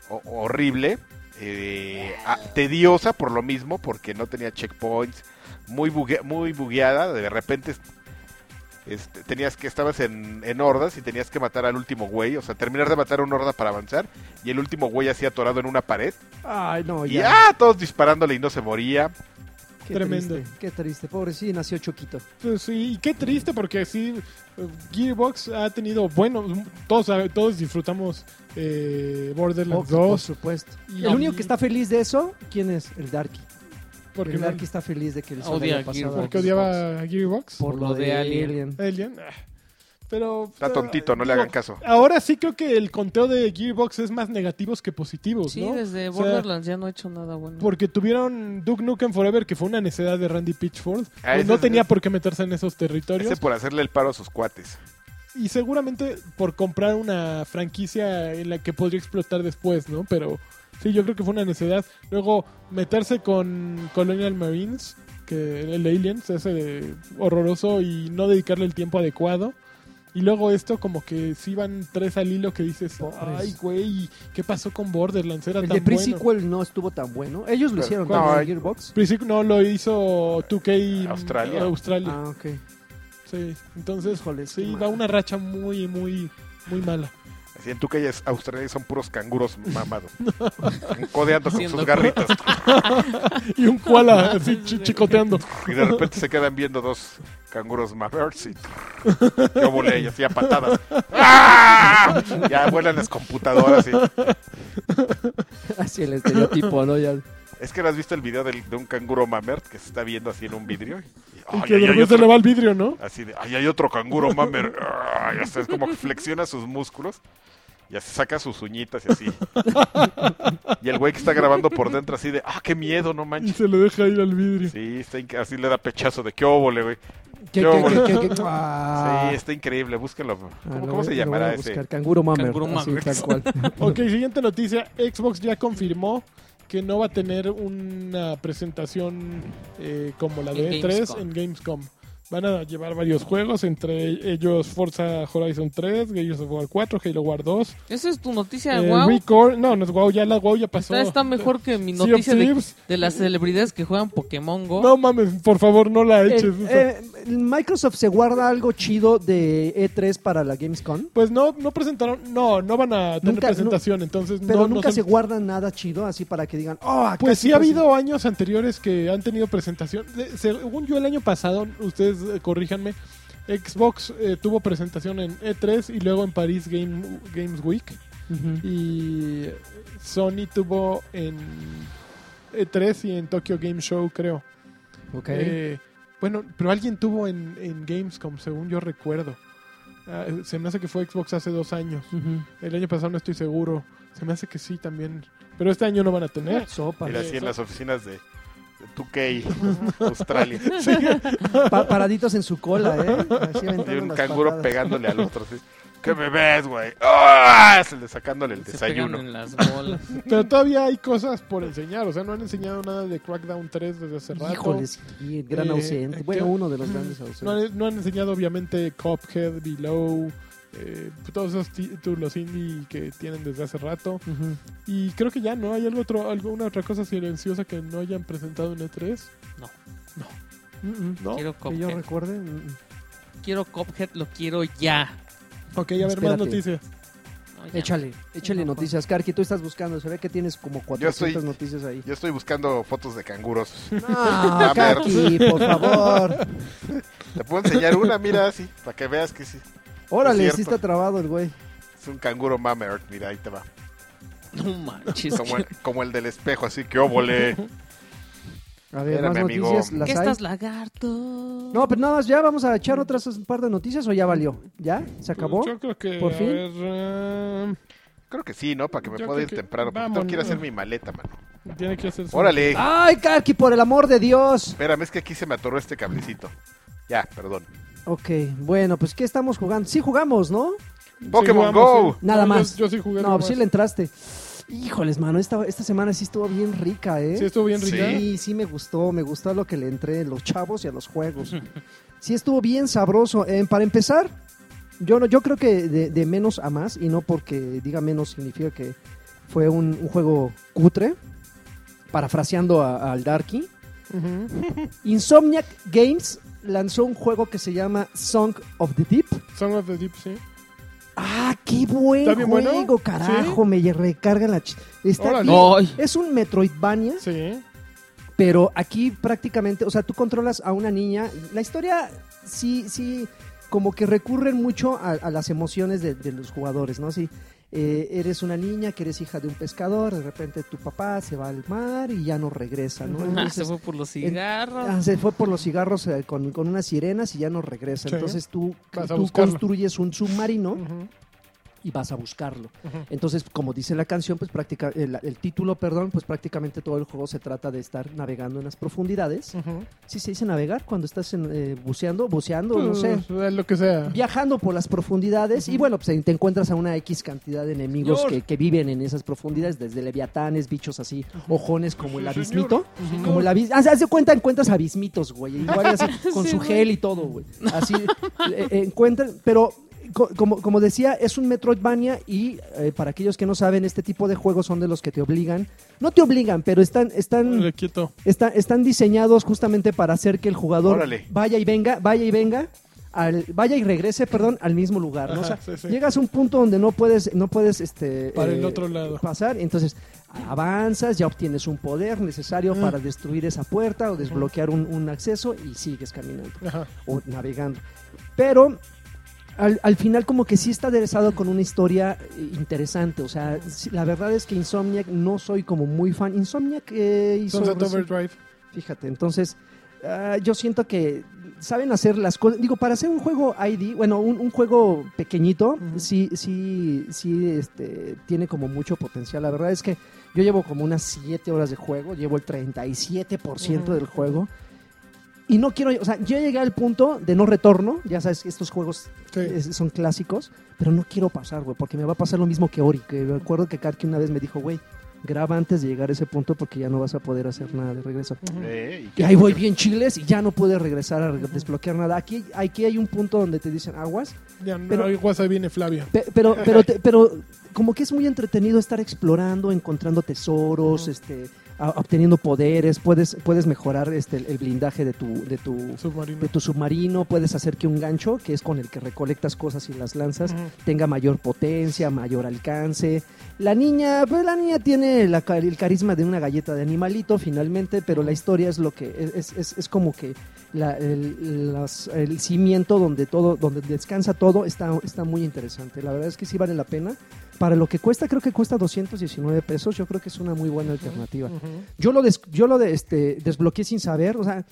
S1: o- horrible, eh, a- tediosa por lo mismo, porque no tenía checkpoints, muy bugue- muy bugueada, de repente este, tenías que, estabas en, en hordas y tenías que matar al último güey, o sea, terminar de matar a una horda para avanzar, y el último güey así atorado en una pared,
S4: Ay,
S2: Oh,
S4: no,
S1: y
S4: ya.
S1: ah, todos disparándole y no se moría.
S4: Qué
S2: Tremendo.
S4: triste, qué triste. Pobre, sí, nació Choquito.
S2: Pues sí, y qué triste porque sí, eh, Gearbox ha tenido, bueno, todos, todos disfrutamos eh,
S4: Por,
S2: Borderlands
S4: por
S2: 2.
S4: supuesto.
S2: Y-
S4: el único que está feliz de eso, ¿quién es? El Darky.
S2: Porque,
S4: el Darky está feliz de que el sol
S3: Odia
S4: haya
S3: a
S4: pasado.
S3: Gearbox.
S2: porque odiaba a Gearbox.
S4: Por lo de Alien.
S2: Alien. ah. Pero...
S1: Está
S2: ah,
S1: tontito, no le
S2: digo,
S1: hagan caso.
S2: Ahora sí creo que el conteo de Gearbox es más negativos que positivos,
S3: Sí,
S2: pues, ¿no?
S3: desde
S2: O sea,
S3: Borderlands ya no he hecho nada bueno.
S2: Porque tuvieron Duke Nukem Forever, que fue una necedad de Randy Pitchford.
S1: Ah,
S2: Pues
S1: ese
S2: no
S1: es-
S2: tenía por qué meterse en esos territorios.
S1: Ese por hacerle el paro a sus cuates.
S2: Y seguramente por comprar una franquicia en la que podría explotar después, ¿no? Pero sí, yo creo que fue una necesidad. Luego, meterse con Colonial Marines, que el Aliens, ese horroroso, y no dedicarle el tiempo adecuado. Y luego esto, como que sí van tres al hilo que dices,
S4: Pobres.
S2: ay, güey, ¿qué pasó con Borderlands? Era
S4: El
S2: tan
S4: de pre-sequel
S2: bueno.
S4: no estuvo tan bueno. Ellos lo
S1: Pero-
S4: hicieron,
S1: ¿cuál?
S4: ¿no?
S1: No,
S4: ¿El Gearbox.
S2: Pre-sequel no lo hizo 2K
S1: Australia.
S2: Australia.
S4: Ah, ok.
S2: Sí, entonces,
S4: Híjole, qué
S2: sí,
S4: mal.
S2: va una racha muy, muy, muy mala.
S1: Así en tu calle es- Australia son puros canguros mamados. codeando con
S3: Haciendo
S1: sus garritas.
S2: Y un koala así chi- chicoteando.
S1: Y de repente se quedan viendo dos canguros mamados y yo volé y hacía patadas. ¡Ah! Ya vuelan las computadoras. y-
S4: Así el estereotipo, ¿no? Ya.
S1: Es que no has visto el video del- de un canguro mamert que se está viendo así en un vidrio. Y,
S2: Y
S1: ¡Ay,
S2: que
S1: ay,
S2: de
S1: hay
S2: repente
S1: otro!
S2: le va al vidrio, ¿no?
S1: Así de, ¡ay, hay otro canguro mamer! ¡Ah! Ya sabes, como que flexiona sus músculos. Y así saca sus uñitas y así. Y el güey que está grabando por dentro así de, ¡ah, qué miedo, no
S2: Y
S1: manches!
S2: se le deja ir al vidrio.
S1: Sí, está inc- así le da pechazo de qué óvole, güey.
S4: ¿Qué,
S1: Qué
S4: qué,
S1: bueno.
S4: qué, qué, qué? Ah.
S1: Sí, está increíble, búsquenlo. ¿Cómo,
S4: Ah, lo
S1: cómo
S4: voy-
S1: se
S4: lo
S1: llamará
S4: voy a
S1: ese?
S4: buscar. Canguro Mamer.
S3: Canguro
S4: así,
S3: Mamer.
S4: tal cual.
S1: pues.
S2: Ok, siguiente noticia. Xbox ya confirmó que no va a tener una presentación eh, como la de E3
S3: En Gamescom.
S2: en Gamescom. Van a llevar varios juegos, entre ellos Forza Horizon 3, Gears of War 4, Halo War 2,
S3: Esa es tu noticia,
S2: eh,
S3: wow.
S2: Record- no, no es wow, ya la wow ya pasó.
S3: Está, está mejor que mi
S2: Sea of
S3: noticia de,
S2: Thieves.
S3: de las celebridades que juegan Pokémon Go.
S2: No mames, por favor, no la eches.
S4: El-
S2: esa.
S4: eh, Microsoft se guarda algo chido de E3 para la Gamescom.
S2: Pues no, no presentaron, no, no van a tener
S4: Nunca, no-
S2: presentación, entonces no-
S4: Pero
S2: no
S4: nunca
S2: son-
S4: se guarda nada chido así para que digan, oh, acá
S2: Pues sí
S4: se
S2: ha
S4: presentó".
S2: habido años anteriores que han tenido presentación. De- Según yo el año pasado, ustedes eh, corríjanme, Xbox eh, tuvo presentación en E3 y luego en París Game, Games Week.
S4: Ujú.
S2: Y Sony tuvo en E3 y en Tokyo Game Show, creo.
S4: Ok.
S2: Eh, bueno, pero alguien tuvo en, en Gamescom, según yo recuerdo. Ah, se me hace que fue Xbox hace dos años.
S4: Ujú.
S2: El año pasado no estoy seguro. Se me hace que sí también. Pero este año no van a tener.
S4: eh, Sopa.
S1: Era así en
S2: eso.
S1: las oficinas de, de 2K, Australia.
S4: Pa- paraditos en su cola, ¿eh? Así
S1: Y
S4: aventando
S1: un
S4: las
S1: canguro
S4: patadas.
S1: pegándole al otro. Así. ¿Qué me ves, güey? ¡Ah! Se le- Sacándole el
S3: Se pegan
S1: desayuno.
S3: en las bolas.
S2: Pero todavía hay cosas por enseñar. O sea, no han enseñado nada de Crackdown 3 desde hace rato.
S4: Híjoles, y el gran
S2: Eh,
S4: ausente.
S2: ¿qué?
S4: Bueno, uno de los grandes ausentes.
S2: No han, no han enseñado, obviamente, Cophead, Below. eh, todos esos títulos indie que tienen desde hace rato.
S4: Ujú.
S2: Y creo que ya no hay algo otro, alguna otra cosa silenciosa que no hayan presentado en E E3.
S4: Mm, mm.
S2: ¿No?
S3: Quiero
S4: Que yo
S3: Cophead.
S4: recuerde. mm, mm.
S3: Quiero Cophead, lo quiero ya.
S2: Ok, a ver, más
S4: Espérate.
S2: noticias.
S3: No, ya.
S4: Échale, échale
S3: No,
S4: noticias. Karki, tú estás buscando. Se ve que tienes como 400
S1: estoy-
S4: noticias ahí.
S1: Yo Ah, estoy buscando fotos de canguros.
S4: No,
S1: ver.
S4: Karki, por favor.
S1: Te puedo enseñar una, mira, así, para que veas que sí.
S4: Órale,
S1: Es
S4: sí
S1: cierto.
S4: está trabado el güey.
S1: Es un canguro mamer, mira, ahí te va.
S3: No manches.
S1: Como el, como el del espejo, así que óvole.
S4: A ver,
S1: Espérame,
S4: más
S1: amigo.
S4: noticias.
S3: ¿Qué
S4: ¿Las hay?
S3: estás, lagarto?
S4: No, pero nada más, ya vamos a echar otras un par de noticias o ya valió. ¿Ya?
S1: Pues
S4: ¿Se acabó?
S2: Yo creo que.
S4: ¿Por
S2: a
S4: fin?
S2: ver, ah,
S1: Creo que sí, ¿no? Para que me
S2: Yo
S1: pueda
S2: creo
S1: ir
S2: que-
S1: temprano. Porque tengo
S2: vámonos.
S1: que ir a hacer mi maleta, mano.
S2: tiene que hacerse.
S1: Órale.
S4: ¡Ay, Karki, por el amor de Dios!
S1: Espérame, es que aquí se me atoró este cablecito. Ya, perdón.
S4: Ok, bueno, pues ¿qué estamos jugando? Sí jugamos, ¿no?
S1: Pokémon
S2: jugamos,
S1: Go.
S4: Nada
S2: No,
S4: más.
S2: Yo, yo sí jugué.
S4: No,
S2: nada
S4: pues sí
S2: más.
S4: le entraste. Híjoles, mano, esta, esta semana sí estuvo bien rica, ¿eh?
S2: Sí, estuvo bien rica.
S4: Sí, sí me gustó, me gustó a lo que le entré, los chavos y a los juegos. Sí estuvo bien sabroso. Eh, para empezar, yo no, yo creo que de, de menos a más, y no porque diga menos significa que fue un, un juego cutre, parafraseando a- al Darky.
S2: Ujú.
S4: Insomniac Games lanzó un juego que se llama Song of the Deep.
S2: Song of the Deep, sí.
S4: Ah, qué buen
S2: ¿Está bien
S4: juego,
S2: bueno?
S4: carajo, me recarga la ch- Está
S2: Órale.
S4: bien.
S3: Ay.
S4: Es un Metroidvania,
S2: Sí.
S4: pero aquí prácticamente, o sea, tú controlas a una niña. La historia sí, sí, como que recurren mucho a, a las emociones de, de los jugadores, ¿no? Así, eh, eres una niña que eres hija de un pescador, de repente tu papá se va al mar y ya no regresa, ¿no?
S3: Ah,
S4: Entonces,
S3: se fue por los
S4: en-
S3: cigarros.
S4: Ah, se fue por los cigarros eh, con, con unas sirenas y ya no regresa.
S2: Sí.
S4: Entonces tú,
S2: Vas a
S4: tú
S2: buscarlo.
S4: construyes un submarino
S2: Ujú,
S4: y vas a buscarlo.
S2: ujú.
S4: Entonces, como dice la canción, pues práctica, el, el título, perdón, pues prácticamente todo el juego se trata de estar navegando en las profundidades.
S2: Ujú.
S4: ¿Sí se dice navegar cuando estás en, eh, buceando? Buceando, no sé.
S2: Pues, eh, Lo que sea.
S4: Viajando por las profundidades y bueno, pues ahí te encuentras a una X cantidad de enemigos
S2: Señor.
S4: que, que viven en esas profundidades, desde leviatanes, bichos así, ojones como el
S2: Sí,
S4: abismito.
S2: Ujú.
S4: Como el abismo. Haz, haz de cuenta, encuentras abismitos, güey. Igual así, con
S3: Sí,
S4: su
S3: güey.
S4: gel y todo, güey. Así eh, eh, encuentran. Pero, co- como, como decía, es un Metroidvania. Y eh, para aquellos que no saben, este tipo de juegos son de los que te obligan. No te obligan, pero están. están
S2: Órale, quieto.
S4: está- están diseñados justamente para hacer que el jugador
S1: Órale.
S4: vaya y venga, vaya y venga, al, vaya y regrese, perdón, al mismo lugar. ¿no? O
S2: Ajá,
S4: sea,
S2: sí, sí.
S4: Llegas a un punto donde no puedes, no puedes, este,
S2: Para el otro lado.
S4: pasar. Entonces avanzas, ya obtienes un poder necesario para destruir esa puerta o desbloquear un, un acceso y sigues caminando
S2: Ajá.
S4: o navegando. Pero al, al final como que sí está aderezado con una historia eh, interesante. O sea, sí, la verdad es que Insomniac no soy como muy fan. Insomniac eh, hizo...
S2: Sunset
S4: reci-
S2: Overdrive.
S4: Fíjate, entonces ah, yo siento que saben hacer las cosas. Digo, para hacer un juego ID, bueno, un, un juego pequeñito,
S2: Ujú.
S4: sí, sí, sí, este, tiene como mucho potencial. La verdad es que yo llevo como unas 7 horas de juego, llevo el 37%
S2: Ujú.
S4: del juego. Y no quiero, o sea, yo llegué al punto de no retorno, ya sabes que estos juegos
S2: Sí.
S4: es- son clásicos, pero no quiero pasar, güey, porque me va a pasar lo mismo que Ori, que recuerdo que Karki una vez me dijo, güey, graba antes de llegar a ese punto porque ya no vas a poder hacer nada de regreso.
S1: Eh, y
S4: Y Mm. ahí voy bien chiles y ya no puedes regresar a re- desbloquear nada. Aquí, aquí hay un punto donde te dicen aguas,
S2: Ya no,
S4: Pero-
S2: aguas, ahí viene Flavia.
S4: Pe- Pero, pero, te- pero como que es muy entretenido estar explorando, encontrando tesoros,
S3: Ujú.
S4: este, a- obteniendo poderes, puedes, puedes mejorar este, el, el blindaje de tu, de tu
S2: Submarino.
S4: de tu submarino, puedes hacer que un gancho, que es con el que recolectas cosas y las lanzas,
S2: Ujú.
S4: tenga mayor potencia, mayor alcance. La niña, pues la niña tiene la ca- el carisma de una galleta de animalito finalmente, pero la historia es lo que e-, es, es- es como que la- el, las- el cimiento donde todo, donde descansa todo, está, está muy interesante. La verdad es que sí vale la pena. Para lo que cuesta, creo que cuesta 219 pesos. Yo creo que es una muy buena alternativa.
S2: Ujú.
S4: Yo lo, des- yo lo de- este, desbloqueé sin saber. O sea,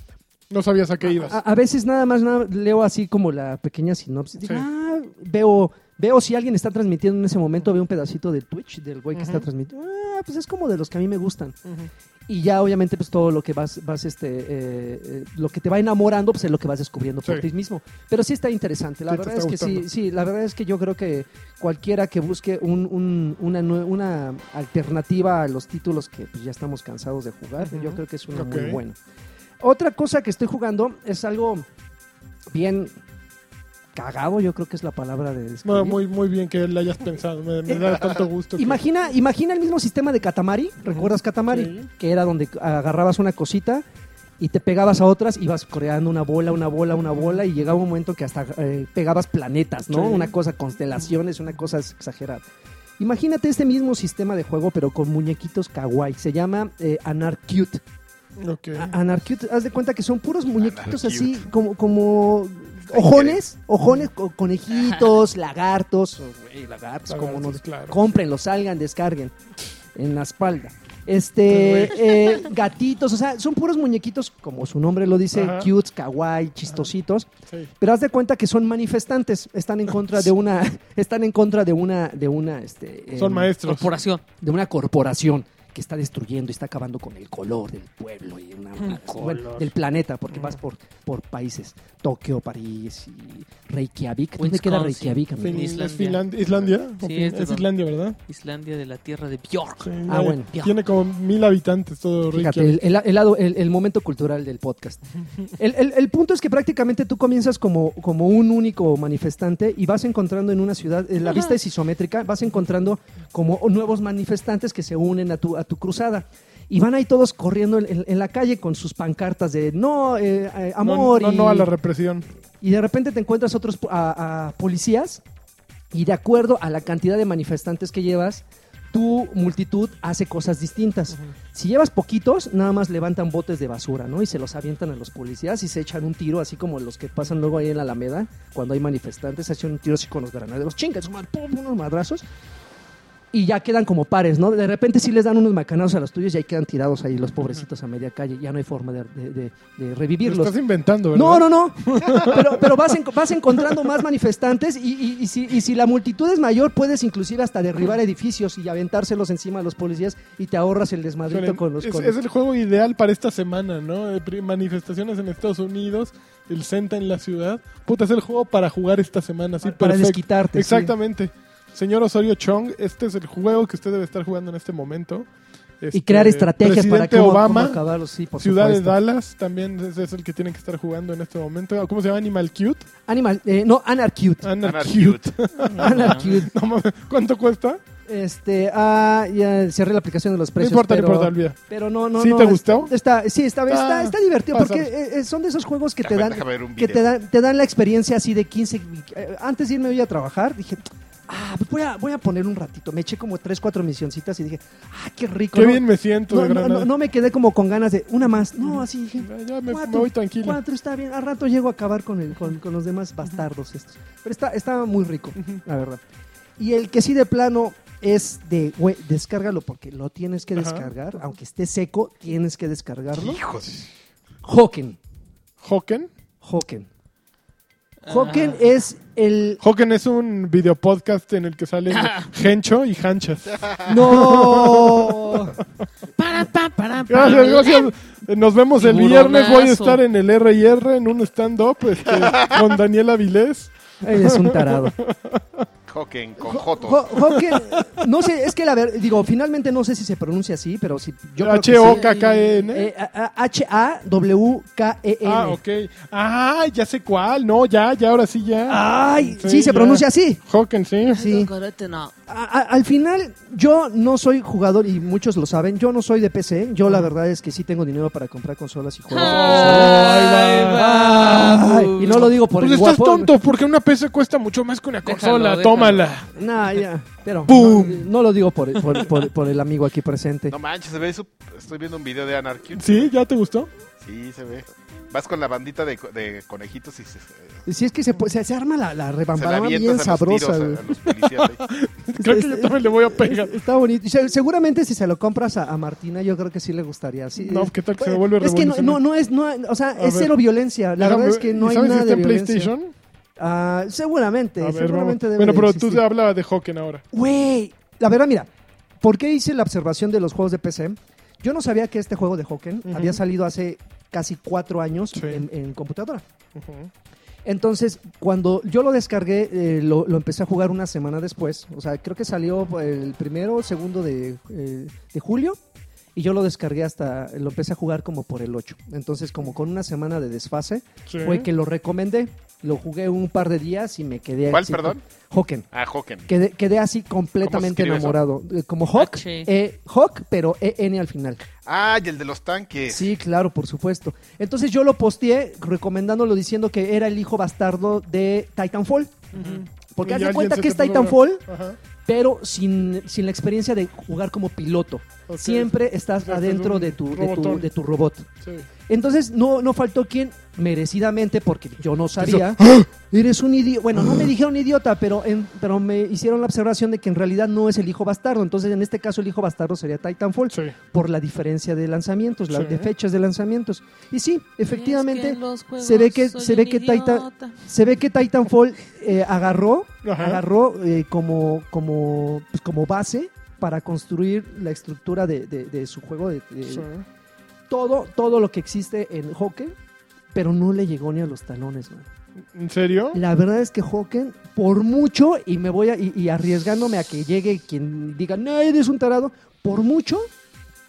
S2: No sabías a qué ibas.
S4: a, a veces nada más nada- leo así como la pequeña sinopsis. Digo,
S2: Sí.
S4: ah, veo, veo si alguien está transmitiendo en ese momento, veo un pedacito del Twitch del güey que está
S2: Ujú.
S4: transmitiendo. Ah, pues es como de los que a mí me gustan.
S2: Ujú.
S4: Y ya obviamente pues todo lo que vas, vas este, eh, eh, lo que te va enamorando pues es lo que vas descubriendo por
S2: Sí.
S4: ti mismo. Pero sí está interesante. La
S2: Sí, te
S4: verdad es
S2: está
S4: que sí,
S2: gustando.
S4: sí, la verdad es que yo creo que cualquiera que busque un- un- una, nue- una alternativa a los títulos que pues, ya estamos cansados de jugar,
S2: Ujú.
S4: yo creo que es una muy
S2: Ok.
S4: buena. Otra cosa que estoy jugando es algo bien cagado, yo creo que es la palabra de describir.
S2: Bueno, muy, muy bien que la hayas pensado. Me,
S4: Eh,
S2: me
S4: ah,
S2: da tanto gusto. que-
S4: Imagina, imagina el mismo sistema de Katamari, ¿recuerdas Katamari?
S2: Sí.
S4: Que era donde agarrabas una cosita y te pegabas a otras, ibas creando una bola, una bola, una bola y llegaba un momento que hasta eh, pegabas planetas, ¿no?
S2: Sí.
S4: Una cosa, constelaciones, una cosa exagerada. Imagínate este mismo sistema de juego pero con muñequitos kawaii, se llama eh, Anarcute.
S2: Ok.
S4: A- Anarcute, haz de cuenta que son puros muñequitos así
S1: Anarcute.
S4: como, como ojones, ojones, co- conejitos, lagartos, oh, güey, lagartos, como no,
S2: Lagartos, claro.
S4: cómprenlo, salgan, descarguen en la espalda. Este, eh, gatitos, o sea, son puros muñequitos, como su nombre lo dice,
S2: Ajá.
S4: cutes, kawaii, chistositos,
S2: Sí.
S4: pero haz de cuenta que son manifestantes, están en contra de una, están en contra de una, de una, este,
S2: Son
S4: em,
S2: maestros.
S3: Corporación.
S4: de una corporación que está destruyendo, está acabando con el color del pueblo y una bueno, del planeta, porque vas por, por países, Tokio, París y Reykjavik. ¿Dónde queda
S3: Wisconsin.
S4: Reykjavik? amigo?
S2: Fin-
S3: Islandia.
S2: ¿Es Finland- Islandia?
S3: Sí,
S2: ¿O fin-
S3: es de
S2: es
S3: donde-
S2: Islandia, ¿verdad?
S3: Islandia de la tierra de Bjork.
S2: Sí,
S4: Ah,
S2: eh,
S4: bueno.
S2: Tiene como mil habitantes todo
S4: Fíjate,
S2: Reykjavik.
S4: el, el- el lado- el- el momento cultural del podcast. El, el- el punto es que prácticamente tú comienzas como, como un único manifestante y vas encontrando en una ciudad, eh, la vista es isométrica, vas encontrando como nuevos manifestantes que se unen a tu, a tu cruzada. Y van ahí todos corriendo en, en- en la calle con sus pancartas de no, eh, eh,
S2: No,
S4: amor.
S2: No,
S4: y-
S2: no a la represión.
S4: y de repente te encuentras otros po- a, a policías y de acuerdo a la cantidad de manifestantes que llevas, tu multitud hace cosas distintas. Si llevas poquitos, nada más levantan botes de basura, ¿no? Y se los avientan a los policías y se echan un tiro, así como los que pasan luego ahí en la Alameda, cuando hay manifestantes, se echan un tiro así con los granaderos, chingas, unos madrazos. Y ya quedan como pares, ¿no? De repente sí les dan unos macanados a los tuyos y ahí quedan tirados ahí los pobrecitos a media calle. Ya no hay forma de, de- de- de
S2: Lo
S4: revivirlos.
S2: estás inventando, ¿verdad?
S4: No, no, no. Pero, pero vas, en- vas encontrando más manifestantes y, y- y si, y si la multitud es mayor, puedes inclusive hasta derribar edificios y aventárselos encima a los policías y te ahorras el desmadrito
S2: Suelen-
S4: con los...
S2: es,
S4: con-
S2: es el juego ideal para esta semana, ¿no? Eh, pri- Manifestaciones en Estados Unidos, el Senta en la ciudad. Puta, es el juego para jugar esta semana, sí,
S4: para para
S2: perfecto.
S4: desquitarte. sí.
S2: Exactamente. Señor Osorio Chong, este es el juego que usted debe estar jugando en este momento.
S4: Y crear
S2: Este,
S4: estrategias para
S2: Presidente
S4: cómo, cómo
S2: Obama,
S4: acabarlos, sí, por
S2: Ciudad de
S4: supuesto.
S2: Dallas, también es, es el que tienen que estar jugando en este momento. ¿Cómo se llama? Animal Cute.
S4: Animal, eh, no, Anarcute.
S2: Anarcute.
S4: Anarcute.
S2: Ah, No mames, ¿Cuánto cuesta?
S4: Este, ah, ya cerré la aplicación de los
S2: No
S4: precios.
S2: importa,
S4: pero,
S2: no importa, olvida.
S4: Pero no, no,
S2: ¿Sí
S4: no,
S2: te
S4: es-
S2: gustó? Ah,
S4: Está, sí, está, está,
S2: Está-
S4: está divertido porque
S2: pásalo.
S4: eh, eh, son de esos juegos que te
S1: Déjame-
S4: dan,
S1: déjame ver un
S4: que te
S1: video.
S4: dan, te dan la experiencia así de 15. eh, antes de irme hoy a trabajar, dije, ah, pues voy a, voy a poner un ratito. Me eché como 3, 4 misioncitas y dije, ah, qué rico.
S2: Qué
S4: ¿no?
S2: bien me siento
S4: no,
S2: de
S4: no,
S2: Granada.
S4: no, no me quedé como con ganas de una más. No, así dije,
S2: Ya me, me
S4: cuatro,
S2: voy tranquilo.
S4: cuatro está bien. Al rato llego a acabar con, el, con, con los demás bastardos estos. Pero está, está muy rico, la verdad. Y el que sí de plano es de, güey, descárgalo porque lo tienes que
S2: Ajá.
S4: descargar. Aunque esté seco, tienes que descargarlo.
S1: Hijos.
S4: Hoken.
S2: Hocken.
S4: Hoken. Hoken es el...
S2: Hocken es un videopodcast en el que salen Gencho y Hanchas.
S4: ¡No!
S3: Para, pa, para, para.
S2: Gracias, gracias. Eh, Nos vemos el
S3: Tiburonazo.
S2: viernes. Voy a estar en el R&R en un stand-up este, con Daniela Vilés.
S4: Eres un tarado.
S1: Hawking con
S4: Jo-
S1: Joto.
S4: Jo- Hawking- no sé, es que la verdad, digo, finalmente no sé si se pronuncia así, pero si yo creo que sí.
S2: H-O-K-K-E-N.
S4: Eh, a- a- E H-A-W-K-E-N.
S2: E Ah, ok. Ah, ya sé cuál. No, ya, ya, ahora sí, ya.
S4: Ay, sí, se pronuncia Ah. así.
S2: Hawking, sí.
S4: Sí.
S3: no.
S4: A- a- al final, yo no soy jugador, y muchos lo saben, yo no soy de PC. Yo la verdad es que sí tengo dinero para comprar consolas y juegos.
S3: Ah.
S2: Ay,
S4: Ay, y no lo digo por
S2: Pues
S4: el
S2: estás
S4: guapo.
S2: tonto, porque una PC cuesta mucho más que una
S3: Déjalo,
S2: consola.
S3: déjalo.
S2: Tómala.
S4: Nah, ya, pero no,
S2: ¡Pum!
S4: no lo digo por, por- por- por el amigo aquí presente.
S1: No manches, se ve eso. Estoy viendo un video de Anarchy.
S2: ¿Sí? ¿Ya te gustó?
S1: Sí, se ve. Vas con la bandita de, co- de conejitos y se, se
S4: Si es que se, po- se, se arma la, la
S1: la
S4: rebambaramba
S1: avientas
S4: bien
S1: a los tiros
S4: sabrosa.
S1: a-
S4: güey.
S1: a los policías. ahí.
S2: Creo que yo también le voy a pegar.
S4: Está bonito. Y se- Seguramente si se lo compras a, a Martina, yo creo que sí le gustaría. Sí,
S2: No,
S4: es-
S2: ¿qué tal que se vuelve
S4: Es que no,
S2: revolucionario?
S4: no, no es, no, o sea,
S2: A
S4: es
S2: ver.
S4: cero violencia. La verdad es que no
S2: ¿Y
S4: hay
S2: ¿Sabes
S4: nada
S2: si está
S4: de
S2: en
S4: violencia.
S2: PlayStation?
S4: Ah, seguramente,
S2: A ver,
S4: seguramente
S2: vamos.
S4: debe
S2: Bueno,
S4: de
S2: pero tú
S4: existir.
S2: te hablabas de Hawking ahora.
S4: Güey, la verdad, mira, ¿por qué hice la observación de los juegos de PC? Yo no sabía que este juego de Hawken
S2: Ujú.
S4: había salido hace casi cuatro años
S2: Sí.
S4: en, en computadora.
S2: Ujú.
S4: Entonces, cuando yo lo descargué, eh, lo, lo empecé a jugar una semana después. O sea, creo que salió eh, el primero o segundo de, eh, de julio. Y yo lo descargué hasta, lo empecé a jugar como por el 8. Entonces, como con una semana de desfase,
S2: Sí.
S4: fue que lo recomendé. Lo jugué un par de días y me quedé
S1: ¿Cuál,
S4: así-
S1: perdón?
S4: Hawken.
S1: Ah, Hawking.
S4: Quedé, quedé así completamente
S1: ¿Cómo se escribe
S4: enamorado. Eh, Como Hawk,
S3: H.
S4: eh, Hawk, pero EN al final.
S1: Ah, y el de los tanques.
S4: Sí, claro, por supuesto. Entonces yo lo posteé recomendándolo diciendo que era el hijo bastardo de Titanfall. Porque
S2: Y
S4: haz de
S2: alguien
S4: cuenta
S2: se
S4: que
S2: te
S4: es
S2: puso-
S4: Titanfall,
S2: Ajá.
S4: pero sin, sin la experiencia de jugar como piloto.
S2: Ok.
S4: Siempre estás
S2: Estás
S4: adentro
S2: en
S4: de tu, de, tu,
S2: robotón.
S4: de tu robot.
S2: Sí.
S4: Entonces no, no faltó quien, merecidamente, porque yo no sabía,
S2: ¡Ah!
S4: eres un idiota. Bueno, no me dijeron idiota, pero, en- pero me hicieron la observación de que en realidad no es el hijo bastardo. Entonces, en este caso, el hijo bastardo sería Titanfall,
S2: Sí.
S4: por la diferencia de lanzamientos, la-
S2: Sí.
S4: de fechas de lanzamientos. Y sí, efectivamente,
S3: Es que en los juegos
S4: se ve que-
S3: soy
S4: se ve
S3: un
S4: que Taita-
S3: idiota.
S4: se ve que Titanfall eh, agarró,
S2: Ajá.
S4: agarró eh, como, como, pues, como base para construir la estructura de, de- de su juego de, de-
S2: Sí.
S4: todo, todo lo que existe en hockey, pero no le llegó ni a los talones, man.
S2: ¿En serio?
S4: La verdad es que Hawken, por mucho, y me voy a, y, y arriesgándome a que llegue quien diga, no, eres un tarado, por mucho,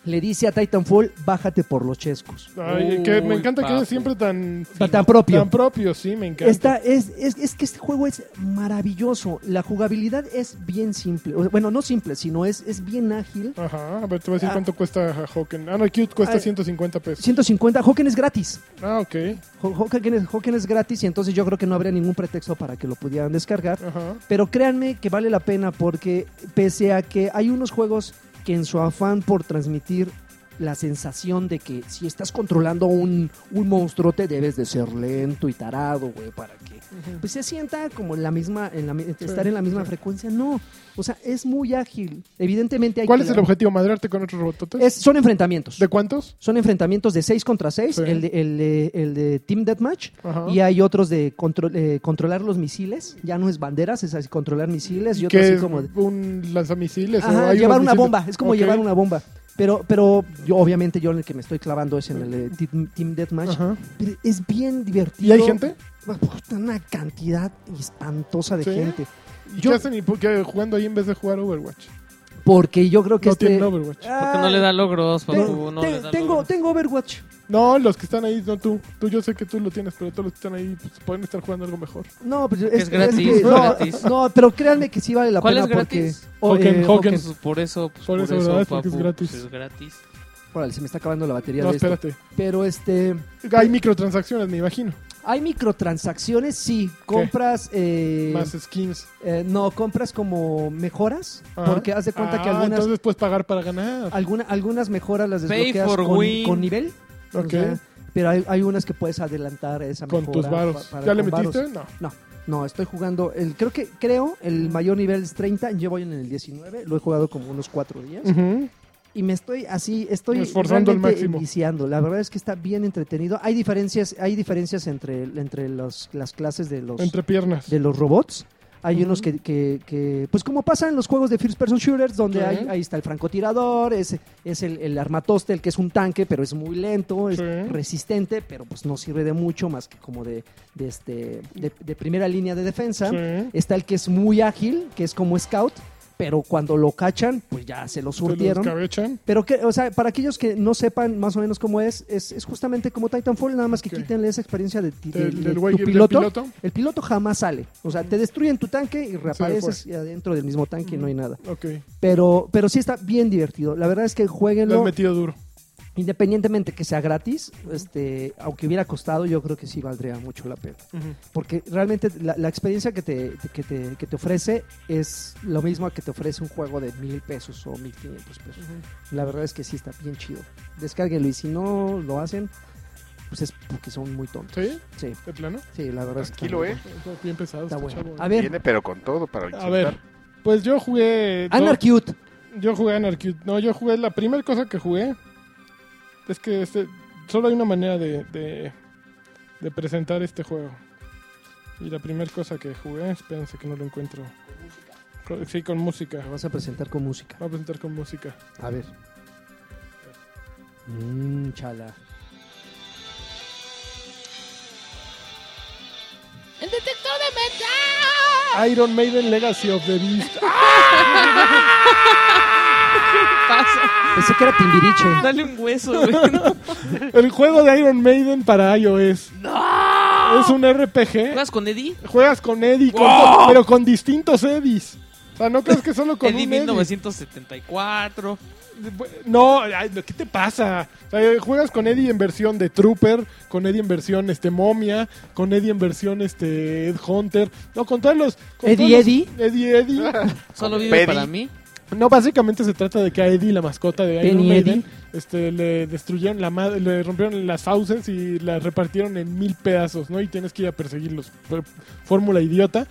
S4: le dice a Titanfall, bájate por los chescos.
S2: Ay, que me
S3: Uy,
S2: encanta que
S3: papu.
S2: eres siempre tan...
S4: Tan- tan propio.
S2: Tan propio, sí, me encanta.
S4: Está, es, es, es que este juego es maravilloso. La jugabilidad es bien simple. O- Bueno, no simple, sino es, es bien ágil.
S2: Ajá, a ver, te voy a decir
S4: Ah.
S2: cuánto cuesta Hawking. Ah, no, Cute cuesta
S4: Ay.
S2: 150 pesos.
S4: 150, Hawken es gratis.
S2: Ah, ok.
S4: Haw- Hawken es, Hawken es gratis y entonces yo creo que no habría ningún pretexto para que lo pudieran descargar.
S2: Ajá.
S4: Pero créanme que vale la pena porque pese a que hay unos juegos que en su afán por transmitir la sensación de que si estás controlando un, un monstruote debes de ser lento y tarado, güey, para que pues se sienta como en la misma, en la mi- estar en la misma frecuencia. No, o sea, es muy ágil. Evidentemente hay
S2: ¿Cuál
S4: que-
S2: es el objetivo? ¿Madrearte con otros robototes?
S4: Es- son enfrentamientos.
S2: ¿De cuántos?
S4: Son enfrentamientos de 6 contra 6,
S2: Sí.
S4: el, de, el, de- el de Team Deathmatch,
S2: Ajá.
S4: y hay otros de contro- eh, controlar los misiles, ya no es banderas, es así, controlar misiles, y otro
S2: que
S4: así
S2: es
S4: como... de-
S2: un lanzamisiles. o
S4: Ajá,
S2: hay
S4: llevar
S2: unos
S4: una
S2: misiles-
S4: bomba, es como
S2: Ok.
S4: llevar una bomba. Pero, pero yo, obviamente yo en el que me estoy clavando es en el eh, Team, Team Deathmatch.
S2: Ajá.
S4: Pero es bien divertido.
S2: ¿Y hay gente?
S4: Puta, Una cantidad espantosa de
S2: ¿Sí?
S4: gente.
S2: ¿Y
S4: Yo-
S2: ¿Qué hacen y por qué jugando ahí en vez de jugar Overwatch?
S4: Porque yo creo que
S2: No
S4: este...
S2: tienen Overwatch.
S3: Porque no le da logros,
S4: Te-
S3: papu, no
S4: te-
S3: le da
S4: tengo,
S3: logros.
S4: tengo Overwatch.
S2: No, los que están ahí, no tú. Tú yo sé que tú lo tienes, pero todos los que están ahí pues, pueden estar jugando algo mejor.
S4: No, pues es,
S3: Es gratis,
S4: que-
S3: es
S4: no,
S3: gratis.
S4: no, pero créanme que sí vale la
S3: ¿Cuál
S4: pena
S3: es gratis?
S4: porque oh,
S2: Hawken,
S4: eh,
S2: Hawken.
S4: Hawken.
S3: Pues por eso, pues
S2: Por
S3: por,
S2: eso,
S3: eso,
S2: ¿verdad?
S3: papu,
S2: Porque es gratis.
S3: pues es gratis.
S4: Órale, se me está acabando la batería
S2: No,
S4: de esto.
S2: espérate.
S4: Pero este
S2: Hay microtransacciones, me imagino.
S4: hay microtransacciones, sí, compras eh,
S2: Más skins.
S4: eh, no, compras como mejoras,
S2: Ajá.
S4: porque haz de cuenta que
S2: Ah,
S4: algunas Ah,
S2: entonces puedes pagar para ganar.
S4: alguna- algunas mejoras las
S3: Pay
S4: desbloqueas
S3: for
S4: con,
S3: win.
S4: con nivel. o
S2: Ok.
S4: sea, pero hay, hay unas que puedes adelantar esa
S2: con
S4: mejora
S2: tus varos.
S4: pa- para-
S2: ¿Ya le
S4: con varos.
S2: metiste? No.
S4: No, no, estoy jugando el creo que creo el mayor nivel es 30, yo voy en el 19, lo he jugado como unos cuatro días.
S2: Ujú.
S4: y me estoy así, estoy
S2: Esforzando al
S4: realmente
S2: máximo.
S4: enviciando. La verdad es que está bien entretenido. Hay diferencias, hay diferencias entre, entre los, las clases de los,
S2: Entre piernas.
S4: de los robots. Hay unos que, que- que- pues como pasa en los juegos de First Person Shooters, donde
S2: Sí.
S4: hay- ahí está el francotirador, es, es el, el armatoste, el que es un tanque, pero es muy lento, es
S2: Sí.
S4: resistente, pero pues no sirve de mucho más que como de, de este, de, de primera línea de defensa.
S2: Sí.
S4: Está el que es muy ágil, que es como scout, pero cuando lo cachan, pues ya se lo
S2: Se los
S4: surtieron.
S2: cabechan.
S4: Pero que, o sea, para aquellos que no sepan más o menos cómo es, es, es justamente como Titanfall, nada más que
S2: Ok.
S4: quítenle esa experiencia de, ti- de-
S2: Del-
S4: de
S2: del güey-
S4: tu
S2: del
S4: piloto.
S2: piloto.
S4: El piloto jamás sale. O sea, te destruyen tu tanque y reapareces y adentro del mismo tanque no hay nada.
S2: Ok.
S4: Pero, pero sí está bien divertido. La verdad es que
S2: Le han
S4: jueguenlo,
S2: metido duro.
S4: independientemente que sea gratis, este, aunque hubiera costado, yo creo que sí valdría mucho la pena. Porque realmente la, la experiencia que te, que, te, que te ofrece es lo mismo que te ofrece un juego de mil pesos o mil quinientos pesos. La verdad es que sí está bien chido. Descárguenlo y si no lo hacen, pues es porque son muy tontos.
S2: ¿Sí?
S4: Sí,
S2: ¿De plano?
S4: sí, la verdad
S1: Tranquilo,
S4: es que
S1: ¿eh?
S2: Está bien pesado.
S4: está
S2: este
S4: bueno. Está
S2: chavo,
S4: bueno.
S2: ¿eh?
S4: A ver,
S1: Viene pero con todo para
S2: A
S1: insultar.
S2: ver, pues yo jugué. dos-
S4: Anarchute.
S2: Yo jugué Anarchy. No, yo jugué. La primera cosa que jugué es que este, solo hay una manera de, de, de presentar este juego. Y la primera cosa que jugué, espérense que no lo encuentro. Con- Sí, con música.
S4: Lo vas a presentar con música.
S2: Voy a presentar con música.
S4: A ver.
S2: Mm,
S4: Mmm, chala.
S3: ¡El detector de metal!
S2: Iron Maiden Legacy of the Beast.
S3: ¿Qué pasa?
S4: Pensé que era Timbiriche.
S3: Dale un hueso, güey.
S2: El juego de Iron Maiden para iOS. Es un RPG.
S3: ¿Juegas con Eddie?
S2: Juegas con Eddie, con- pero con distintos Eddies. O sea, no crees que solo con
S3: Eddie
S2: un Eddie.
S3: 1974.
S2: No, ay, ¿qué te pasa? O sea, juegas con Eddie en versión de Trooper, con Eddie en versión este momia, con Eddie en versión este Ed Hunter, no con todos los con
S4: Eddie,
S2: todos los-
S4: Eddie.
S2: Eddie Eddie.
S3: Solo
S1: Con
S3: vive
S1: Pedi.
S3: para mí.
S2: No, básicamente se trata de que a Eddie, la mascota de Iron
S4: Penny
S2: Maiden,
S4: Eddie.
S2: este, le destruyeron la madre, le rompieron las fauces y las repartieron en mil pedazos, ¿no? Y tienes que ir a perseguirlos. Fue- Fórmula idiota.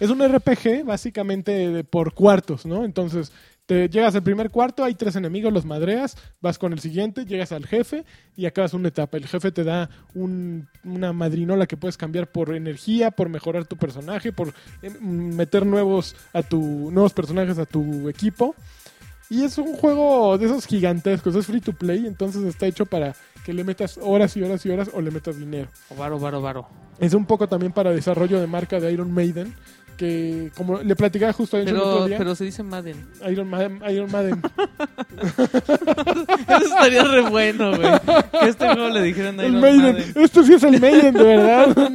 S2: Es un RPG, básicamente, de- por cuartos, ¿no? Entonces, te llegas al primer cuarto, hay tres enemigos, los madreas, vas con el siguiente, llegas al jefe y acabas una etapa. El jefe te da un- una madrinola que puedes cambiar por energía, por mejorar tu personaje, por eh, mm, meter nuevos a tu nuevos personajes a tu equipo. Y es un juego de esos gigantescos, es free to play, entonces está hecho para que le metas horas y horas y horas o le metas dinero.
S3: Ovaro, Oh, varo, varo.
S2: Es un poco también para desarrollo de marca de Iron Maiden, que como le platicaba justo a Enzo el
S3: Pero,
S2: otro día,
S3: pero se dice Madden.
S2: Iron, Ma- Iron Maiden.
S3: Eso estaría re bueno, güey. Que este juego le dijeran a
S2: el
S3: Iron
S2: Maiden.
S3: Maiden.
S2: Esto sí es el Maiden, de verdad.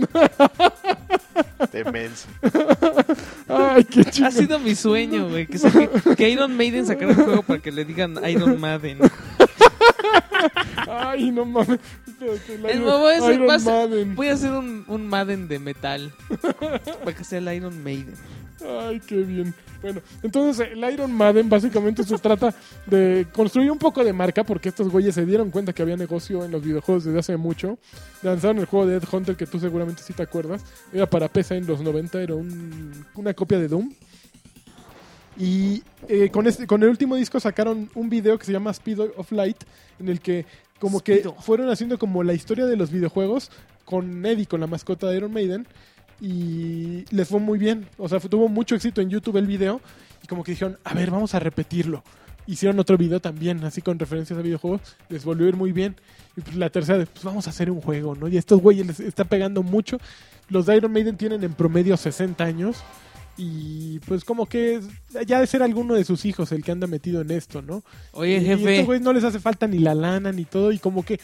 S1: De menso.
S2: Ay, qué chido.
S3: Ha sido mi sueño, güey. Que, saque- que Iron Maiden sacara el juego para que le digan Iron Madden.
S2: Ay, no mames. Espérate, el
S3: El
S2: Iron-
S3: nuevo es-
S2: Iron
S3: va a ser-
S2: Maiden.
S3: Voy a hacer un, un Madden de metal. Para que sea el Iron Maiden.
S2: Ay, qué bien. Bueno, entonces el Iron Maiden básicamente se trata de construir un poco de marca porque estos güeyes se dieron cuenta que había negocio en los videojuegos desde hace mucho. Lanzaron el juego de Ed Hunter que tú seguramente sí te acuerdas. Era para PC en los 90, era un- una copia de Doom. Y eh, con, este, con el último disco sacaron un video que se llama Speed of Light en el que como que
S3: Speedo.
S2: fueron haciendo como la historia de los videojuegos con Eddie, con la mascota de Iron Maiden y les fue muy bien. O sea, fue- tuvo mucho éxito en YouTube el video y como que dijeron, a ver, vamos a repetirlo. Hicieron otro video también, así con referencias a videojuegos, les volvió a ir muy bien. Y pues la tercera, de, pues vamos a hacer un juego, ¿no? Y a estos güeyes les está pegando mucho. Los de Iron Maiden tienen en promedio 60 años y pues como que es- ya de ser alguno de sus hijos el que anda metido en esto, ¿no?
S3: Oye,
S2: Y estos
S3: jefe.
S2: güeyes no les hace falta ni la lana ni todo. Y como que,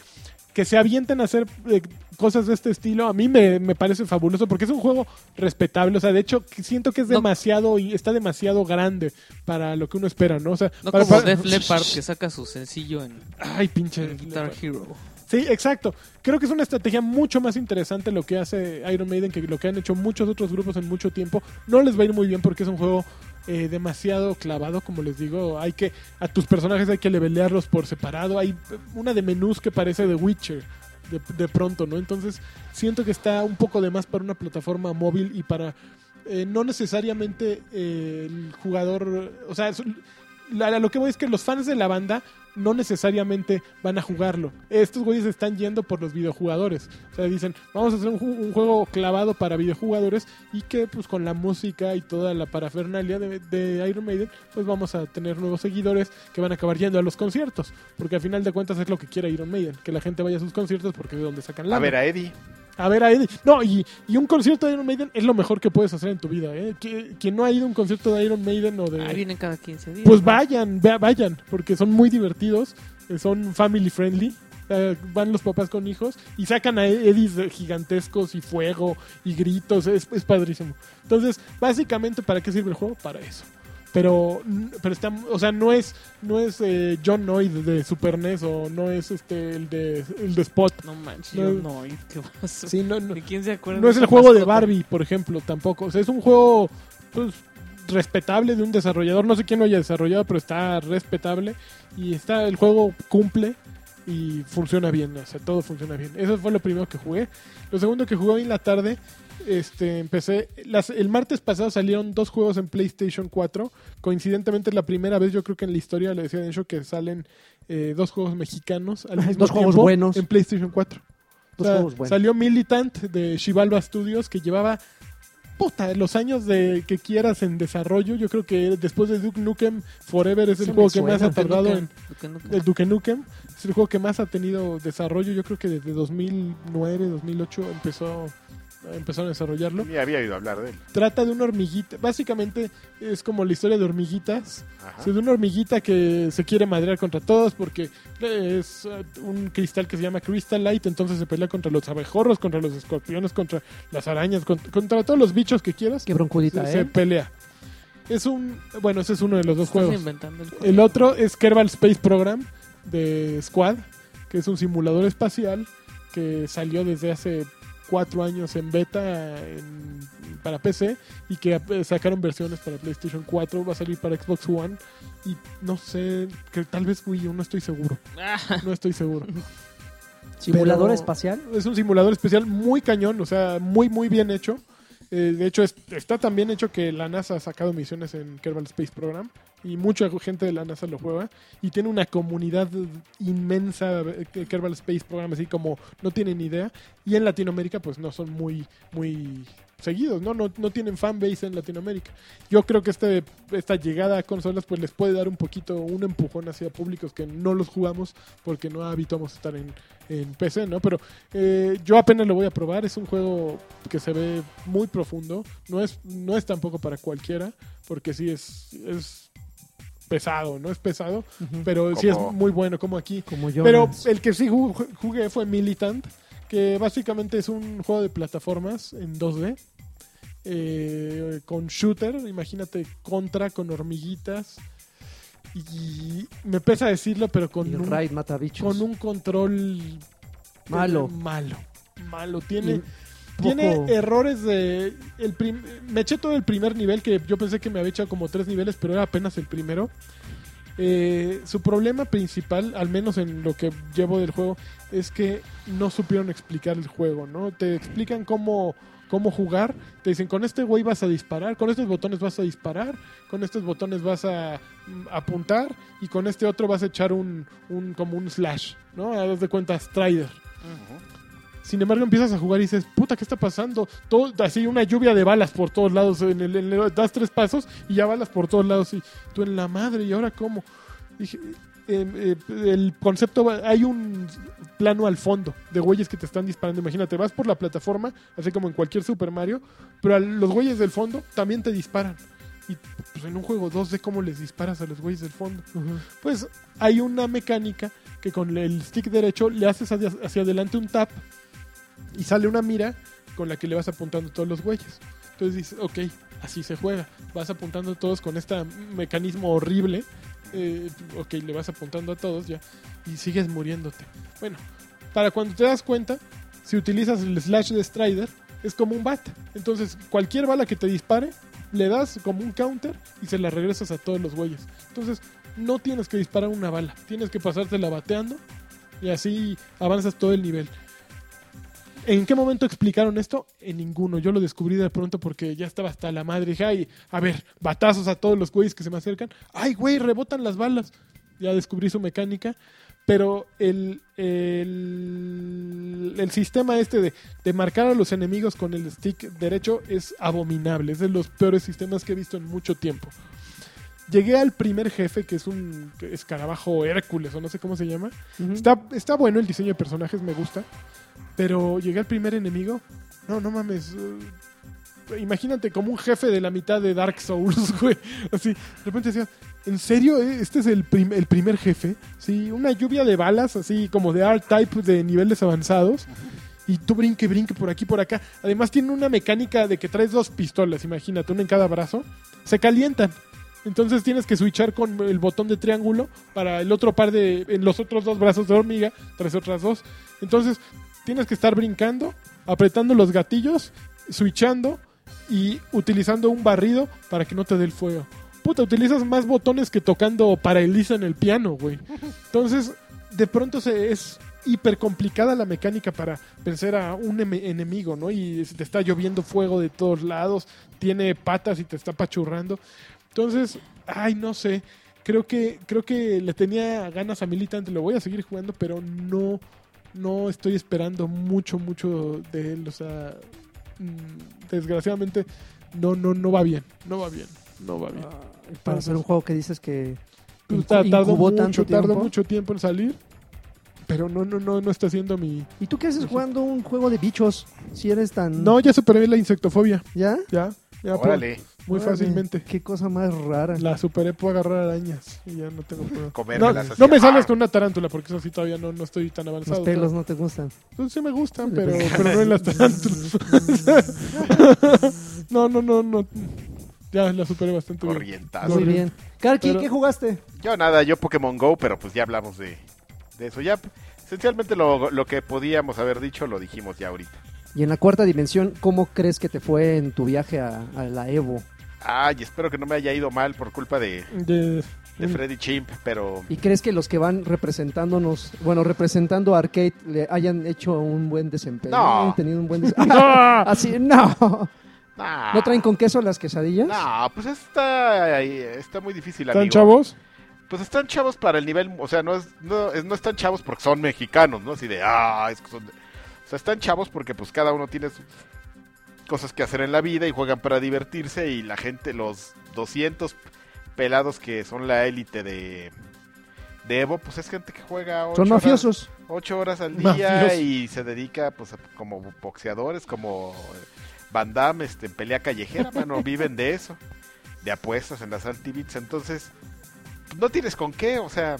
S2: que se avienten a hacer eh, cosas de este estilo, a mí me, me parece fabuloso porque es un juego respetable. O sea, de hecho, que siento que es
S3: No.
S2: demasiado y está demasiado grande para lo que uno espera, ¿no? O sea,
S3: No
S2: para-
S3: como
S2: para-
S3: Def Leppard que saca su sencillo en,
S2: Ay, pinche.
S3: en Guitar Hero.
S2: Sí, exacto. Creo que es una estrategia mucho más interesante lo que hace Iron Maiden que lo que han hecho muchos otros grupos en mucho tiempo. No les va a ir muy bien porque es un juego eh, demasiado clavado, como les digo. Hay que a tus personajes hay que levelearlos por separado. Hay eh, una de menús que parece de Witcher. De, de pronto, ¿no? Entonces siento que está un poco de más para una plataforma móvil y para eh, no necesariamente eh, el jugador, o sea, es- la- la- lo que voy es que los fans de la banda no necesariamente van a jugarlo. Estos güeyes están yendo por los videojugadores. O sea, dicen, vamos a hacer un, ju- un juego clavado para videojugadores y que pues con la música y toda la parafernalia de, de Iron Maiden, pues vamos a tener nuevos seguidores que van a acabar yendo a los conciertos. Porque al final de cuentas es lo que quiere Iron Maiden, que la gente vaya a sus conciertos porque es donde sacan la...
S1: A ver, a Eddie.
S2: A ver, a Eddie. No, y, y un concierto de Iron Maiden es lo mejor que puedes hacer en tu vida. ¿eh? Que- Quien no ha ido a un concierto de Iron Maiden o de...
S3: Ahí vienen cada 15 días.
S2: Pues
S3: ¿no?
S2: vayan, vea- vayan, porque son muy divertidos, eh, son family friendly. eh, van los papás con hijos y sacan a Eddies eh, gigantescos y fuego y gritos, es, es padrísimo. Entonces, básicamente, ¿para qué sirve el juego? Para eso. Pero, mm, pero está, o sea, no es, no es eh, John Noyd de Super NES o no es este el de, el de Spot.
S3: No manches,
S2: No.
S3: yo no, ¿y ¿qué pasa?
S2: Sí, no, no.
S3: ¿De quién se acuerda?
S2: No es el
S3: esa
S2: juego de
S3: mascota?
S2: Barbie, por ejemplo, tampoco. O sea, es un juego pues, respetable de un desarrollador. No sé quién lo haya desarrollado, pero está respetable. Y está el juego cumple y funciona bien. O sea, todo funciona bien. Eso fue lo primero que jugué. Lo segundo que jugué hoy en la tarde, este, empecé. las- el martes pasado salieron dos juegos en PlayStation 4. Coincidentemente, es la primera vez, yo creo que en la historia le decía de hecho que salen eh, dos juegos mexicanos al mismo
S4: Dos juegos
S2: tiempo
S4: buenos.
S2: en PlayStation 4.
S4: Dos
S2: O sea,
S4: juegos buenos.
S2: Salió Militant de Shivalba Studios que llevaba puta los años de que quieras en desarrollo. Yo creo que después de Duke Nukem Forever es el
S4: Ese me
S2: juego que más
S4: suena.
S2: ha
S3: Duke
S2: tardado
S3: Nukem,
S2: en
S3: Duke Nukem.
S2: el Duke Nukem es el juego que más ha tenido desarrollo. Yo creo que desde 2009, 2008 empezó empezaron a desarrollarlo
S1: Ni había oído hablar de él.
S2: trata de una hormiguita. Básicamente es como la historia de hormiguitas.
S1: Ajá.
S2: O sea, Ah. de una hormiguita que se quiere madrear contra todos porque es eh, un cristal que se llama Crystal Light. Entonces se pelea contra los abejorros, contra los escorpiones, contra las arañas, cont- contra, todos los bichos que quieras.
S4: Qué
S2: se,
S4: broncudita,
S2: se
S4: ¿eh?
S2: pelea. Es un. Bueno, ese es uno de los dos
S3: Estás
S2: juegos.
S3: inventando el juego.
S2: El otro es Kerbal Space Program de Squad, que es un simulador espacial que salió desde hace cuatro años en beta en- para PC y que eh, sacaron versiones para PlayStation 4, va a salir para Xbox One y no sé, que tal vez Wii U, no estoy seguro,
S3: Ah,
S2: no estoy seguro.
S4: Simulador
S2: Pero-
S4: espacial.
S2: Es un simulador especial muy cañón, o sea, muy muy bien hecho. Eh, de hecho, es- está tan bien hecho que la NASA ha sacado misiones en Kerbal Space Program y mucha gente de la NASA lo juega y tiene una comunidad inmensa eh, que Kerbal Space Program así como no tienen idea y en Latinoamérica pues no son muy muy seguidos, ¿no? No, no tienen fanbase en Latinoamérica. Yo creo que este, esta llegada a consolas pues les puede dar un poquito un empujón hacia públicos que no los jugamos porque no habituamos a estar en, en PC, ¿no? Pero eh, yo apenas lo voy a probar, es un juego que se ve muy profundo, no es, no es tampoco para cualquiera, porque sí es, es pesado, no es pesado, pero sí es
S1: Como-
S2: muy bueno como aquí.
S4: Como yo.
S2: Pero eh, el que sí ju- jugué fue Militant, que básicamente es un juego de plataformas en 2D. eh, con shooter, imagínate contra con hormiguitas y me pesa decirlo, pero con
S4: Y
S2: un,
S4: Raid mata bichos.
S2: con un control
S4: Malo.
S2: malo, malo. Tiene,
S4: Y poco-
S2: tiene eh, errores de. El prim- me eché todo el primer nivel, que yo pensé que me había echado como tres niveles, pero era apenas el primero. Eh, su problema principal, al menos en lo que llevo del juego, es que no supieron explicar el juego, ¿no? Te explican cómo, cómo jugar, te dicen con este güey vas a disparar, con estos botones vas a disparar, con estos botones vas a mm, apuntar y con este otro vas a echar un, un como un slash, ¿no? Haz de cuenta Strider. Sin embargo, empiezas a jugar y dices, puta, ¿qué está pasando? Todo, así una lluvia de balas por todos lados. En el, en el- das tres pasos y ya balas por todos lados. Y tú en la madre, ¿y ahora cómo? Dije, eh, eh, el concepto, va- hay un plano al fondo de güeyes que te están disparando. Imagínate, vas por la plataforma, así como en cualquier Super Mario, pero a los güeyes del fondo también te disparan. Y pues en un juego 2D, ¿cómo les disparas a los güeyes del fondo? Pues hay una mecánica que con el stick derecho le haces hacia, hacia adelante un tap y sale una mira con la que le vas apuntando todos los güeyes. Entonces dices, ok, así se juega. Vas apuntando todos con este mecanismo horrible. Eh, ok, le vas apuntando a todos ya y sigues muriéndote. Bueno, para cuando te das cuenta, si utilizas el slash de Strider, es como un bat. Entonces, cualquier bala que te dispare, le das como un counter y se la regresas a todos los güeyes. Entonces, no tienes que disparar una bala, tienes que pasártela bateando y así avanzas todo el nivel. ¿En qué momento explicaron esto? En ninguno. Yo lo descubrí de pronto porque ya estaba hasta la madre. Dije, ay, a ver, batazos a todos los güeyes que se me acercan. Ay, güey, rebotan las balas. ya descubrí su mecánica, pero el, el, el sistema este de, de marcar a los enemigos con el stick derecho es abominable, es de los peores sistemas que he visto en mucho tiempo. Llegué al primer jefe, que es un escarabajo Hércules o no sé cómo se llama.
S4: Ujú.
S2: Está, está bueno el diseño de personajes, me gusta. Pero llegué al primer enemigo. No, no mames. eh, imagínate como un jefe de la mitad de Dark Souls, güey. Así, de repente decía, ¿en serio? eh? ¿Este es el, prim- el primer jefe? Sí, una lluvia de balas, así como de R-Type de niveles avanzados. Y tú brinque, brinque por aquí, por acá. Además tiene una mecánica de que traes dos pistolas, imagínate, una en cada brazo. Se calientan. Entonces tienes que switchar con el botón de triángulo para el otro par de. en los otros dos brazos de hormiga, tras otras dos. Entonces tienes que estar brincando, apretando los gatillos, switchando y utilizando un barrido para que no te dé el fuego. Puta, utilizas más botones que tocando para Elisa en el piano, güey. Entonces, de pronto se es hiper complicada la mecánica para vencer a un em- enemigo, ¿no? Y se te está lloviendo fuego de todos lados, tiene patas y te está pachurrando. Entonces, ay, no sé. Creo que, creo que le tenía ganas a Militant, lo voy a seguir jugando, pero no, no estoy esperando mucho, mucho de él. O sea, mm, desgraciadamente, no, no, no va bien. No va bien. No va bien.
S4: para hacer un juego que dices que
S2: Pues,
S4: incu-
S2: ta- tardó
S4: incubó
S2: mucho,
S4: tanto
S2: tardó
S4: tiempo.
S2: mucho tiempo en salir. Pero no, no, no, no está haciendo mi.
S4: ¿Y tú qué haces jugando un juego de bichos? Si eres tan...
S2: No, ya superé la insectofobia.
S4: ¿Ya?
S2: Ya, ya,
S1: Órale,
S2: por- muy
S4: Órale,
S2: fácilmente.
S4: Qué cosa más rara.
S2: La superé por agarrar arañas y ya no tengo problema. No,
S1: comérmelas así.
S2: no me salgas
S1: Ah,
S2: con una tarántula porque eso sí todavía no, no estoy tan
S4: Los
S2: avanzado.
S4: pelos no te gustan.
S2: Entonces sí me gustan, pero, pero no en las tarántulas. no, no, no, no. Ya la superé bastante bien.
S1: Ah, Corrientazo.
S4: Muy
S2: no,
S4: bien. Karki,
S2: pero-
S4: ¿qué jugaste?
S1: Yo nada, yo Pokémon Go, pero pues ya hablamos de, de eso. Ya, esencialmente lo, lo que podíamos haber dicho lo dijimos ya ahorita.
S4: Y en la cuarta dimensión, ¿cómo crees que te fue en tu viaje a, a la Evo?
S1: Ay, espero que no me haya ido mal por culpa de,
S2: De-
S4: Mm.
S1: de Freddy Chimp, pero
S4: ¿Y crees que los que van representándonos, bueno, representando a Arcade, le hayan hecho un buen desempeño?
S1: No.
S4: Hayan tenido un buen des-
S2: ¡Ah!
S4: Así, no.
S1: nah.
S4: ¿No traen con queso las quesadillas?
S1: No, pues está, está muy difícil,
S2: ¿Están
S1: amigo.
S2: chavos?
S1: Pues están chavos para el nivel, o sea, no, es, no, es- no están chavos porque son mexicanos, ¿no? Así de, ah, es que son... de-". O sea, están chavos porque pues cada uno tiene sus cosas que hacer en la vida y juegan para divertirse y la gente, los 200 pelados que son la élite de, de Evo, pues es gente que juega ocho
S4: Son
S1: horas-
S4: mafiosos.
S1: ocho horas al día
S2: Mafiosos.
S1: y se dedica pues a- como boxeadores, como eh, Van Damme, este, en pelea callejera, mano, viven de eso, de apuestas en las altibits, entonces no tienes con qué, o sea,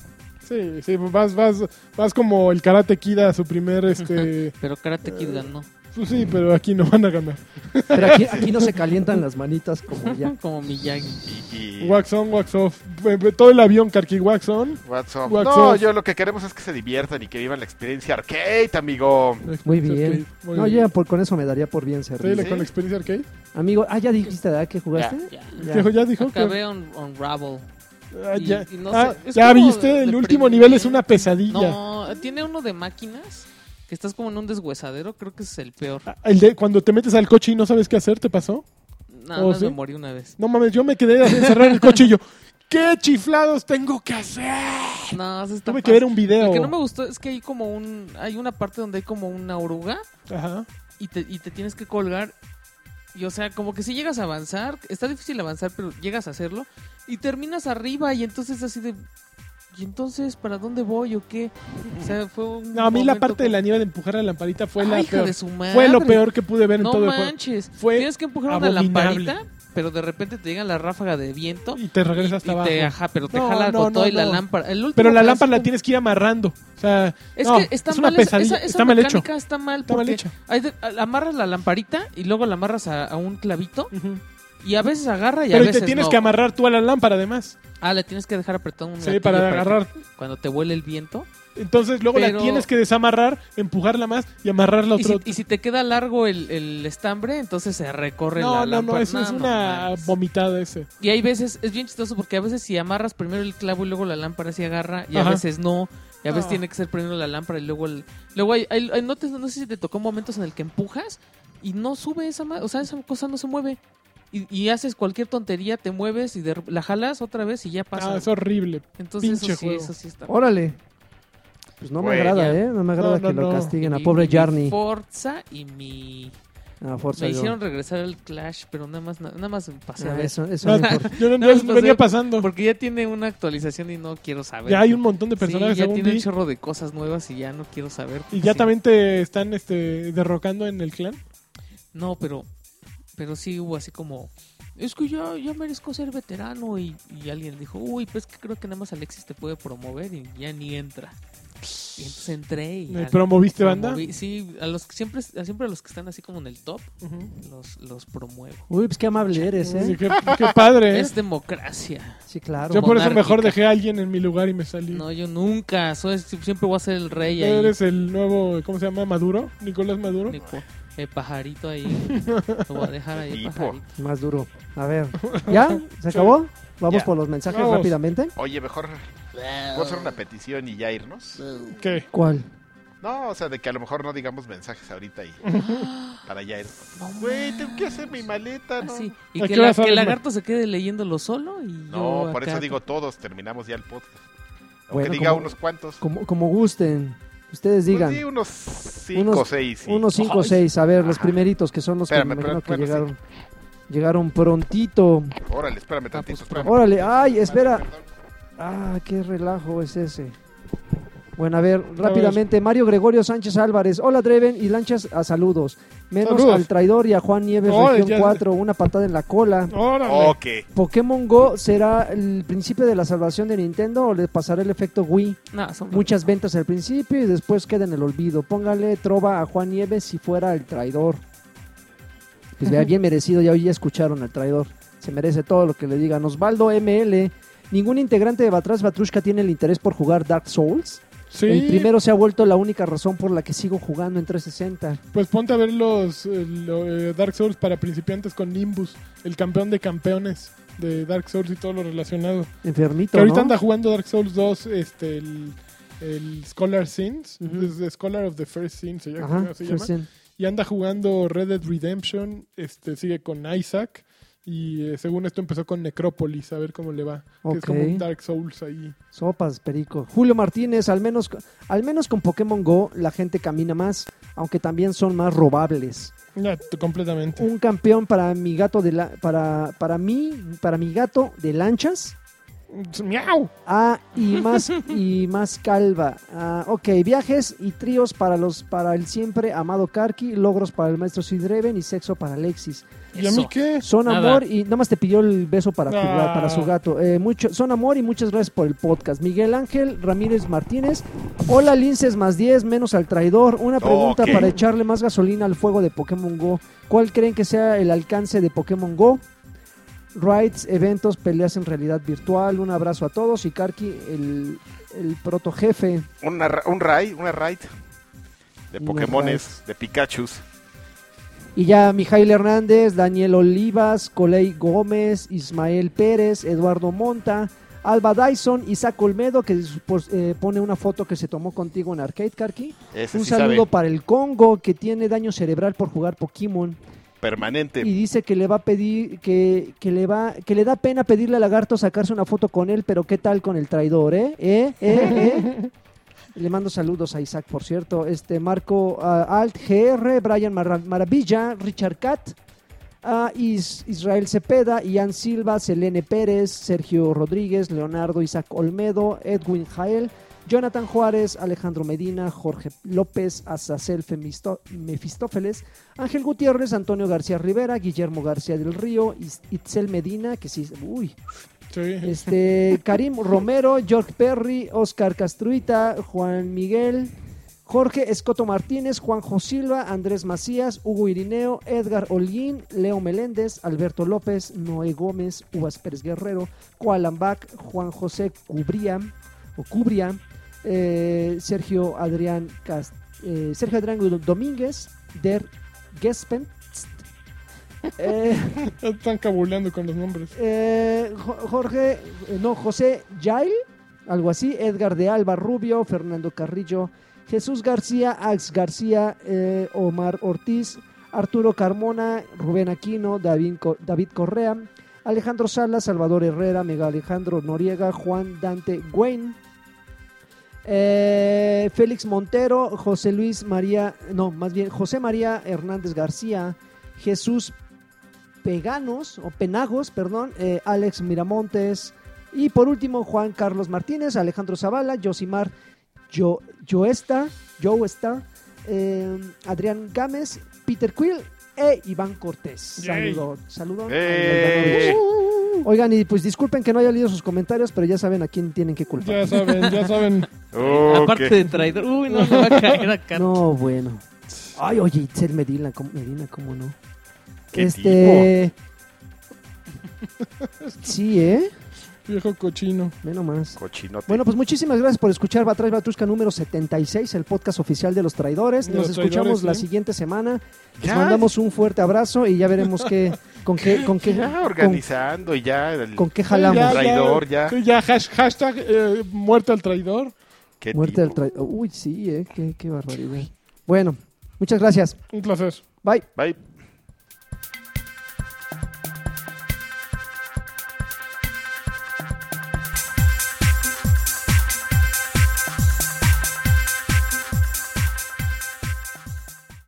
S2: Sí, sí, vas, vas, vas como el Karate Kid a su primer, este...
S3: Pero Karate Kid ganó.
S2: pues sí, pero aquí no van a ganar.
S4: Pero aquí, aquí no se calientan las manitas como ya.
S3: Como Miyagi.
S1: y, y-
S2: Wax on, wax off. Ve- ve Todo el avión, Karki, wax on.
S1: what's up?
S2: What's
S1: no,
S2: up?
S1: yo lo que queremos es que se diviertan y que vivan la experiencia arcade, amigo.
S4: Muy bien.
S2: Muy
S4: No,
S2: bien.
S4: ya por con eso me daría por bien
S2: Sí,
S4: servido.
S2: la-
S1: ¿Sí?
S2: con la experiencia arcade.
S4: Amigo, ah, ya dijiste, ¿verdad? ¿Que jugaste?
S3: Ya.
S4: Ya.
S2: Dijo- Ya dijo que...
S3: Acabé on, on Rabble.
S2: Ah,
S3: y-
S2: ya
S3: y no
S2: Ah,
S3: sé, es
S2: ya
S3: como
S2: viste, el
S3: deprimente.
S2: último nivel es una pesadilla.
S3: No, tiene uno de máquinas que estás como en un deshuesadero. Creo que ese es el peor.
S2: Ah, El de cuando te metes al coche y no sabes qué hacer, ¿te pasó?
S3: Nada
S2: ¿Oh,
S3: más
S2: sí?
S3: me morí una vez.
S2: No mames, yo me quedé encerrado en el coche y yo, ¿qué chiflados tengo que hacer?
S3: No, eso está
S2: Tuve que
S3: fácil.
S2: ver un video.
S3: Lo que no me gustó es que hay como un. Hay una parte donde hay como una oruga
S2: Ajá.
S3: y te, y te tienes que colgar. Y o sea, como que si llegas a avanzar, está difícil avanzar, pero llegas a hacerlo. Y terminas arriba y entonces así de... ¿Y entonces para dónde voy o qué? O sea, fue un...
S2: No, a mí la
S3: momento
S2: parte de
S3: que-
S2: la nieve de empujar a la lamparita fue
S3: ¡Ay,
S2: la
S3: hija
S2: peor.
S3: de su madre!
S2: Fue lo peor que pude ver en
S3: No
S2: todo el
S3: manches.
S2: Fue
S3: Tienes que empujar una
S2: abominable.
S3: lamparita, pero de repente te llega la ráfaga de viento.
S2: juego. Y te regresas hasta
S3: y
S2: abajo.
S3: te, ajá, pero te
S2: No,
S3: jala
S2: no,
S3: con todo
S2: no,
S3: y la
S2: no.
S3: lámpara. El último
S2: Pero la
S3: pedazo
S2: lámpara la
S3: como-
S2: tienes que ir amarrando. O sea,
S3: Es
S2: no,
S3: que está
S2: es
S3: mal
S2: una
S3: esa-
S2: pesadilla.
S3: esa- esa
S2: está mal hecho.
S3: mecánica Está mal
S2: Está mal
S3: porque
S2: hecho.
S3: hay de- a- amarras la lamparita y luego la amarras a, a un clavito
S2: Ujú.
S3: y a veces agarra y a
S2: Pero y
S3: veces
S2: te tienes
S3: no.
S2: que amarrar tú a la lámpara además.
S3: Ah, la tienes que dejar apretado un
S2: Sí,
S3: gatillo
S2: para
S3: que-
S2: agarrar.
S3: cuando te vuele el viento.
S2: Entonces luego la
S3: Pero-
S2: tienes que desamarrar, empujarla más y amarrarla
S3: Y
S2: otro.
S3: si, y si te queda largo el, el estambre, entonces se recorre la
S2: no, no, no,
S3: lámpara.
S2: eso es
S3: No, no
S2: una
S3: mames.
S2: vomitada ese. Ah,
S3: Y hay veces, es bien chistoso porque a veces si amarras primero el clavo y luego la lámpara se agarra y
S2: Ajá.
S3: a veces no. Y a veces
S2: Ah.
S3: tiene que ser primero la lámpara y luego el... Luego hay, hay- hay- no, te- no sé si te tocó momentos en el que empujas y no sube esa... ma- O sea, esa cosa no se mueve. Y y, y haces cualquier tontería, te mueves y de- la jalas otra vez y ya pasa.
S2: Ah, es horrible.
S3: Entonces eso
S2: pinche
S3: sí,
S2: juego.
S3: eso sí está.
S4: Órale. Pues no
S1: Güey,
S4: me agrada,
S3: ya.
S4: ¿eh? No me agrada
S2: No, no,
S4: que lo
S2: no.
S4: castiguen a
S3: Y
S4: pobre
S3: mi
S4: Jarny.
S3: Forza y mi...
S4: A Forza
S3: Me
S4: yo.
S3: hicieron regresar al Clash, pero nada más, nada más pasé a
S4: Ah,
S3: ver.
S4: eso, eso
S2: No,
S4: no importa.
S2: yo no,
S3: No,
S2: yo
S3: pues,
S2: venía
S3: eh,
S2: pasando.
S3: Porque ya tiene una actualización y no quiero saber.
S2: Ya hay un montón de personajes
S3: Sí, ya
S2: este según
S3: tiene
S2: vi,
S3: un chorro de cosas nuevas y ya no quiero saber.
S2: y ya
S3: Sí.
S2: también te están este derrocando en el clan.
S3: No, pero, pero sí hubo así como... Es que ya, ya merezco ser veterano y, y alguien dijo, uy, pues que creo que nada más Alexis te puede promover y ya ni entra. Y entonces entré y...
S2: ¿Me
S3: al-
S2: Eh, ¿Promoviste banda?
S3: promoví- Sí, a los que siempre, a siempre a los que están así como en el top,
S2: Ujú.
S3: los, los promuevo.
S4: Uy, pues qué amable eres,
S2: Sí,
S4: ¿eh?
S2: qué, qué padre. ¿eh?
S3: Es democracia.
S4: Sí, claro.
S2: Yo por eso
S3: monárquica.
S2: mejor dejé a alguien en mi lugar y me salí.
S3: No, yo nunca. Soy, siempre voy a ser el rey ahí.
S2: Eres el nuevo, ¿cómo se llama? Maduro, Nicolás Maduro.
S3: Ni po- El pajarito ahí. Lo voy a dejar ahí.
S1: Tipo.
S3: pajarito.
S4: Más duro. A ver. ¿Ya? ¿Se acabó? Vamos
S1: Ya.
S4: por los mensajes
S2: Vamos.
S4: rápidamente.
S1: Oye, mejor puedo hacer una petición y ya irnos.
S2: ¿Qué?
S4: ¿Cuál?
S1: No, o sea, de que a lo mejor no digamos mensajes ahorita y para ya irnos.
S3: No Ah,
S1: Güey, tengo que hacer mi maleta, ¿no?
S3: Así. Y
S2: ¿A
S3: que,
S2: qué
S3: la-
S2: hora
S3: que
S2: sales,
S3: el
S2: Mar?
S3: lagarto se quede leyéndolo solo. Y
S1: No,
S3: yo
S1: por
S3: acá-
S1: eso digo todos, terminamos ya el podcast. Aunque
S4: Bueno,
S1: diga
S4: como-
S1: unos cuantos.
S4: Como, como gusten. Ustedes digan.
S1: Pues sí, unos cinco o
S4: Unos-
S1: seis. sí.
S4: Unos 5 o 6. A ver, los
S1: Ajá.
S4: primeritos que son los que me
S1: Espérame,
S4: imagino que
S1: espérame, espérame,
S4: llegaron. Llegaron prontito.
S1: Órale, espérame
S3: Ah,
S1: tantito.
S3: pues,
S1: espérame.
S4: Órale. Ay, espera.
S1: Perdón.
S4: Ah, qué relajo es ese. Bueno, a ver, rápidamente, Mario Gregorio Sánchez Álvarez. Hola, Dreven y Lanchas, a saludos. Menos
S2: Saludos.
S4: al traidor y a Juan Nieves,
S2: Ay,
S4: región
S2: ya-
S4: 4, una patada en la cola.
S2: Órale.
S1: Ok.
S4: ¿Pokémon Go será el principio de la salvación de Nintendo o le pasará el efecto Wii?
S3: No, son-
S4: Muchas ventas al principio y después queda en el olvido. Póngale trova a Juan Nieves si fuera el traidor. Pues vea, bien merecido, ya hoy ya escucharon al traidor. Se merece todo lo que le digan. Osvaldo ML. Ningún integrante de Batrás Batrushka tiene el interés por jugar Dark Souls.
S2: Sí,
S4: El primero se ha vuelto la única razón por la que sigo jugando en 360.
S2: pues ponte a ver los eh, lo, eh, Dark Souls para principiantes con Nimbus, el campeón de campeones de Dark Souls y todo lo relacionado. Que
S4: Enfermito,
S2: ahorita
S4: ¿no?
S2: anda jugando Dark Souls 2, este, el, el Scholar Sins,
S4: Ujú.
S2: es de Scholar of the First Sin, se llama.
S4: Ajá,
S2: se llama.
S4: recién.
S2: Y anda jugando Red Dead Redemption, este, sigue con Isaac. Y eh, según esto empezó con Necrópolis, a ver cómo le va. Que es como
S4: Ok.
S2: un Dark Souls ahí.
S4: Sopas, Perico. Julio Martínez, al menos, al menos con Pokémon Go la gente camina más, aunque también son más robables.
S2: Ya, t- completamente.
S4: Un campeón para mi gato de la, para, para mí, para mi gato de lanchas.
S2: Pues, ¡Miau!
S4: Ah, y más y más calva. Ah, ok, viajes y tríos para los para el siempre amado Karki, logros para el maestro Sidreven y sexo para Alexis.
S2: ¿Y a
S3: Eso.
S2: mí qué?
S4: Son
S3: Nada.
S4: amor y nada más te pidió el beso para, tu-
S2: Ah.
S4: para su gato. Eh, mucho, son amor y muchas gracias por el podcast. Miguel Ángel Ramírez Martínez. Hola, Linces más 10, menos al traidor. Una pregunta
S1: Ok.
S4: para echarle más gasolina al fuego de Pokémon Go. ¿Cuál creen que sea el alcance de Pokémon Go? Rides, eventos, peleas en realidad virtual. Un abrazo a todos y Karki, el, el proto jefe.
S1: Una ra- un raid, una raid de
S4: Una
S1: Pokémones, de Pikachus.
S4: Y ya Mijail Hernández, Daniel Olivas, Coley Gómez, Ismael Pérez, Eduardo Monta, Alba Dyson, Isaac Olmedo, que es- pues, eh, pone una foto que se tomó contigo en Arcade Carqui.
S1: Ese
S4: Un
S1: sí
S4: saludo
S1: sabe,
S4: para el Congo, que tiene daño cerebral por jugar Pokémon.
S1: permanente.
S4: Y dice que le va a pedir, que, que le va, que le da pena pedirle a Lagarto sacarse una foto con él, pero qué tal con el traidor, ¿eh? ¿Eh? ¿Eh? ¿Eh? Le mando saludos a Isaac, por cierto. Este Marco ah, Alt GR, Brian Marra- Maravilla, Richard Cat, ah, Is- Israel Cepeda, Ian Silva, Selene Pérez, Sergio Rodríguez, Leonardo Isaac Olmedo, Edwin Jael, Jonathan Juárez, Alejandro Medina, Jorge López, Azazel Femisto- Mefistófeles, Ángel Gutiérrez, Antonio García Rivera, Guillermo García del Río, Is- Itzel Medina, que sí, uy,
S2: Sí.
S4: este, Karim Romero, George Perry, Oscar Castruita, Juan Miguel, Jorge Escoto Martínez, Juanjo Silva, Andrés Macías, Hugo Irineo, Edgar Olguín, Leo Meléndez, Alberto López, Noé Gómez, Uvas Pérez Guerrero, Coalambac, Juan José Cubría, o Cubria, eh, Sergio Adrián Cas- eh, Sergio Adrián Domínguez, Der Gespen. eh,
S2: Están cabuleando con los nombres.
S4: eh, Jo- Jorge, eh, no, José Yail, algo así, Edgar de Alba Rubio, Fernando Carrillo, Jesús García, Ax García, eh, Omar Ortiz, Arturo Carmona, Rubén Aquino, David, Co- David Correa, Alejandro Sala, Salvador Herrera, Mega Alejandro Noriega, Juan Dante Gwen, eh, Félix Montero, José Luis María, no, más bien José María Hernández García, Jesús Peganos, o Penagos, perdón, eh, Alex Miramontes, y por último Juan Carlos Martínez, Alejandro Zavala, Josimar Yo, Joesta, Joesta, eh, Adrián Gámez, Peter Quill e Iván Cortés.
S2: Yay.
S4: Saludo, saludo.
S1: ¡Eh!
S4: Oigan, y pues disculpen que no haya leído sus comentarios, pero ya saben a quién tienen que culpar.
S2: Ya saben, ya saben.
S4: eh,
S1: Ok.
S3: Aparte de traidor. Uy, no me va a caer acá.
S4: No, bueno. Ay, oye, Itzel Medina, ¿cómo, Medina, ¿cómo no?
S1: ¿Qué
S4: este. Sí, ¿eh?
S2: Viejo cochino.
S4: Menos más.
S1: Cochinote.
S4: Bueno, pues muchísimas gracias por escuchar Batrash Batrusca número 76, el podcast oficial de los traidores. Nos
S2: Los
S4: escuchamos
S2: traidores,
S4: la
S2: sí.
S4: siguiente semana. Les
S1: Ya.
S4: mandamos un fuerte abrazo y ya veremos qué, con qué, pues, con qué,
S1: ya
S4: con,
S1: organizando y ya el
S4: con qué jalamos.
S2: Ya,
S1: traidor ya.
S2: Sí, ya hash- hashtag eh, muerte al traidor.
S1: ¿Qué
S4: Muerte del
S1: tipo?
S4: traidor. Uy, sí, ¿eh? Qué, qué barbaridad. Bueno, muchas gracias.
S2: Un placer.
S4: Bye.
S1: Bye.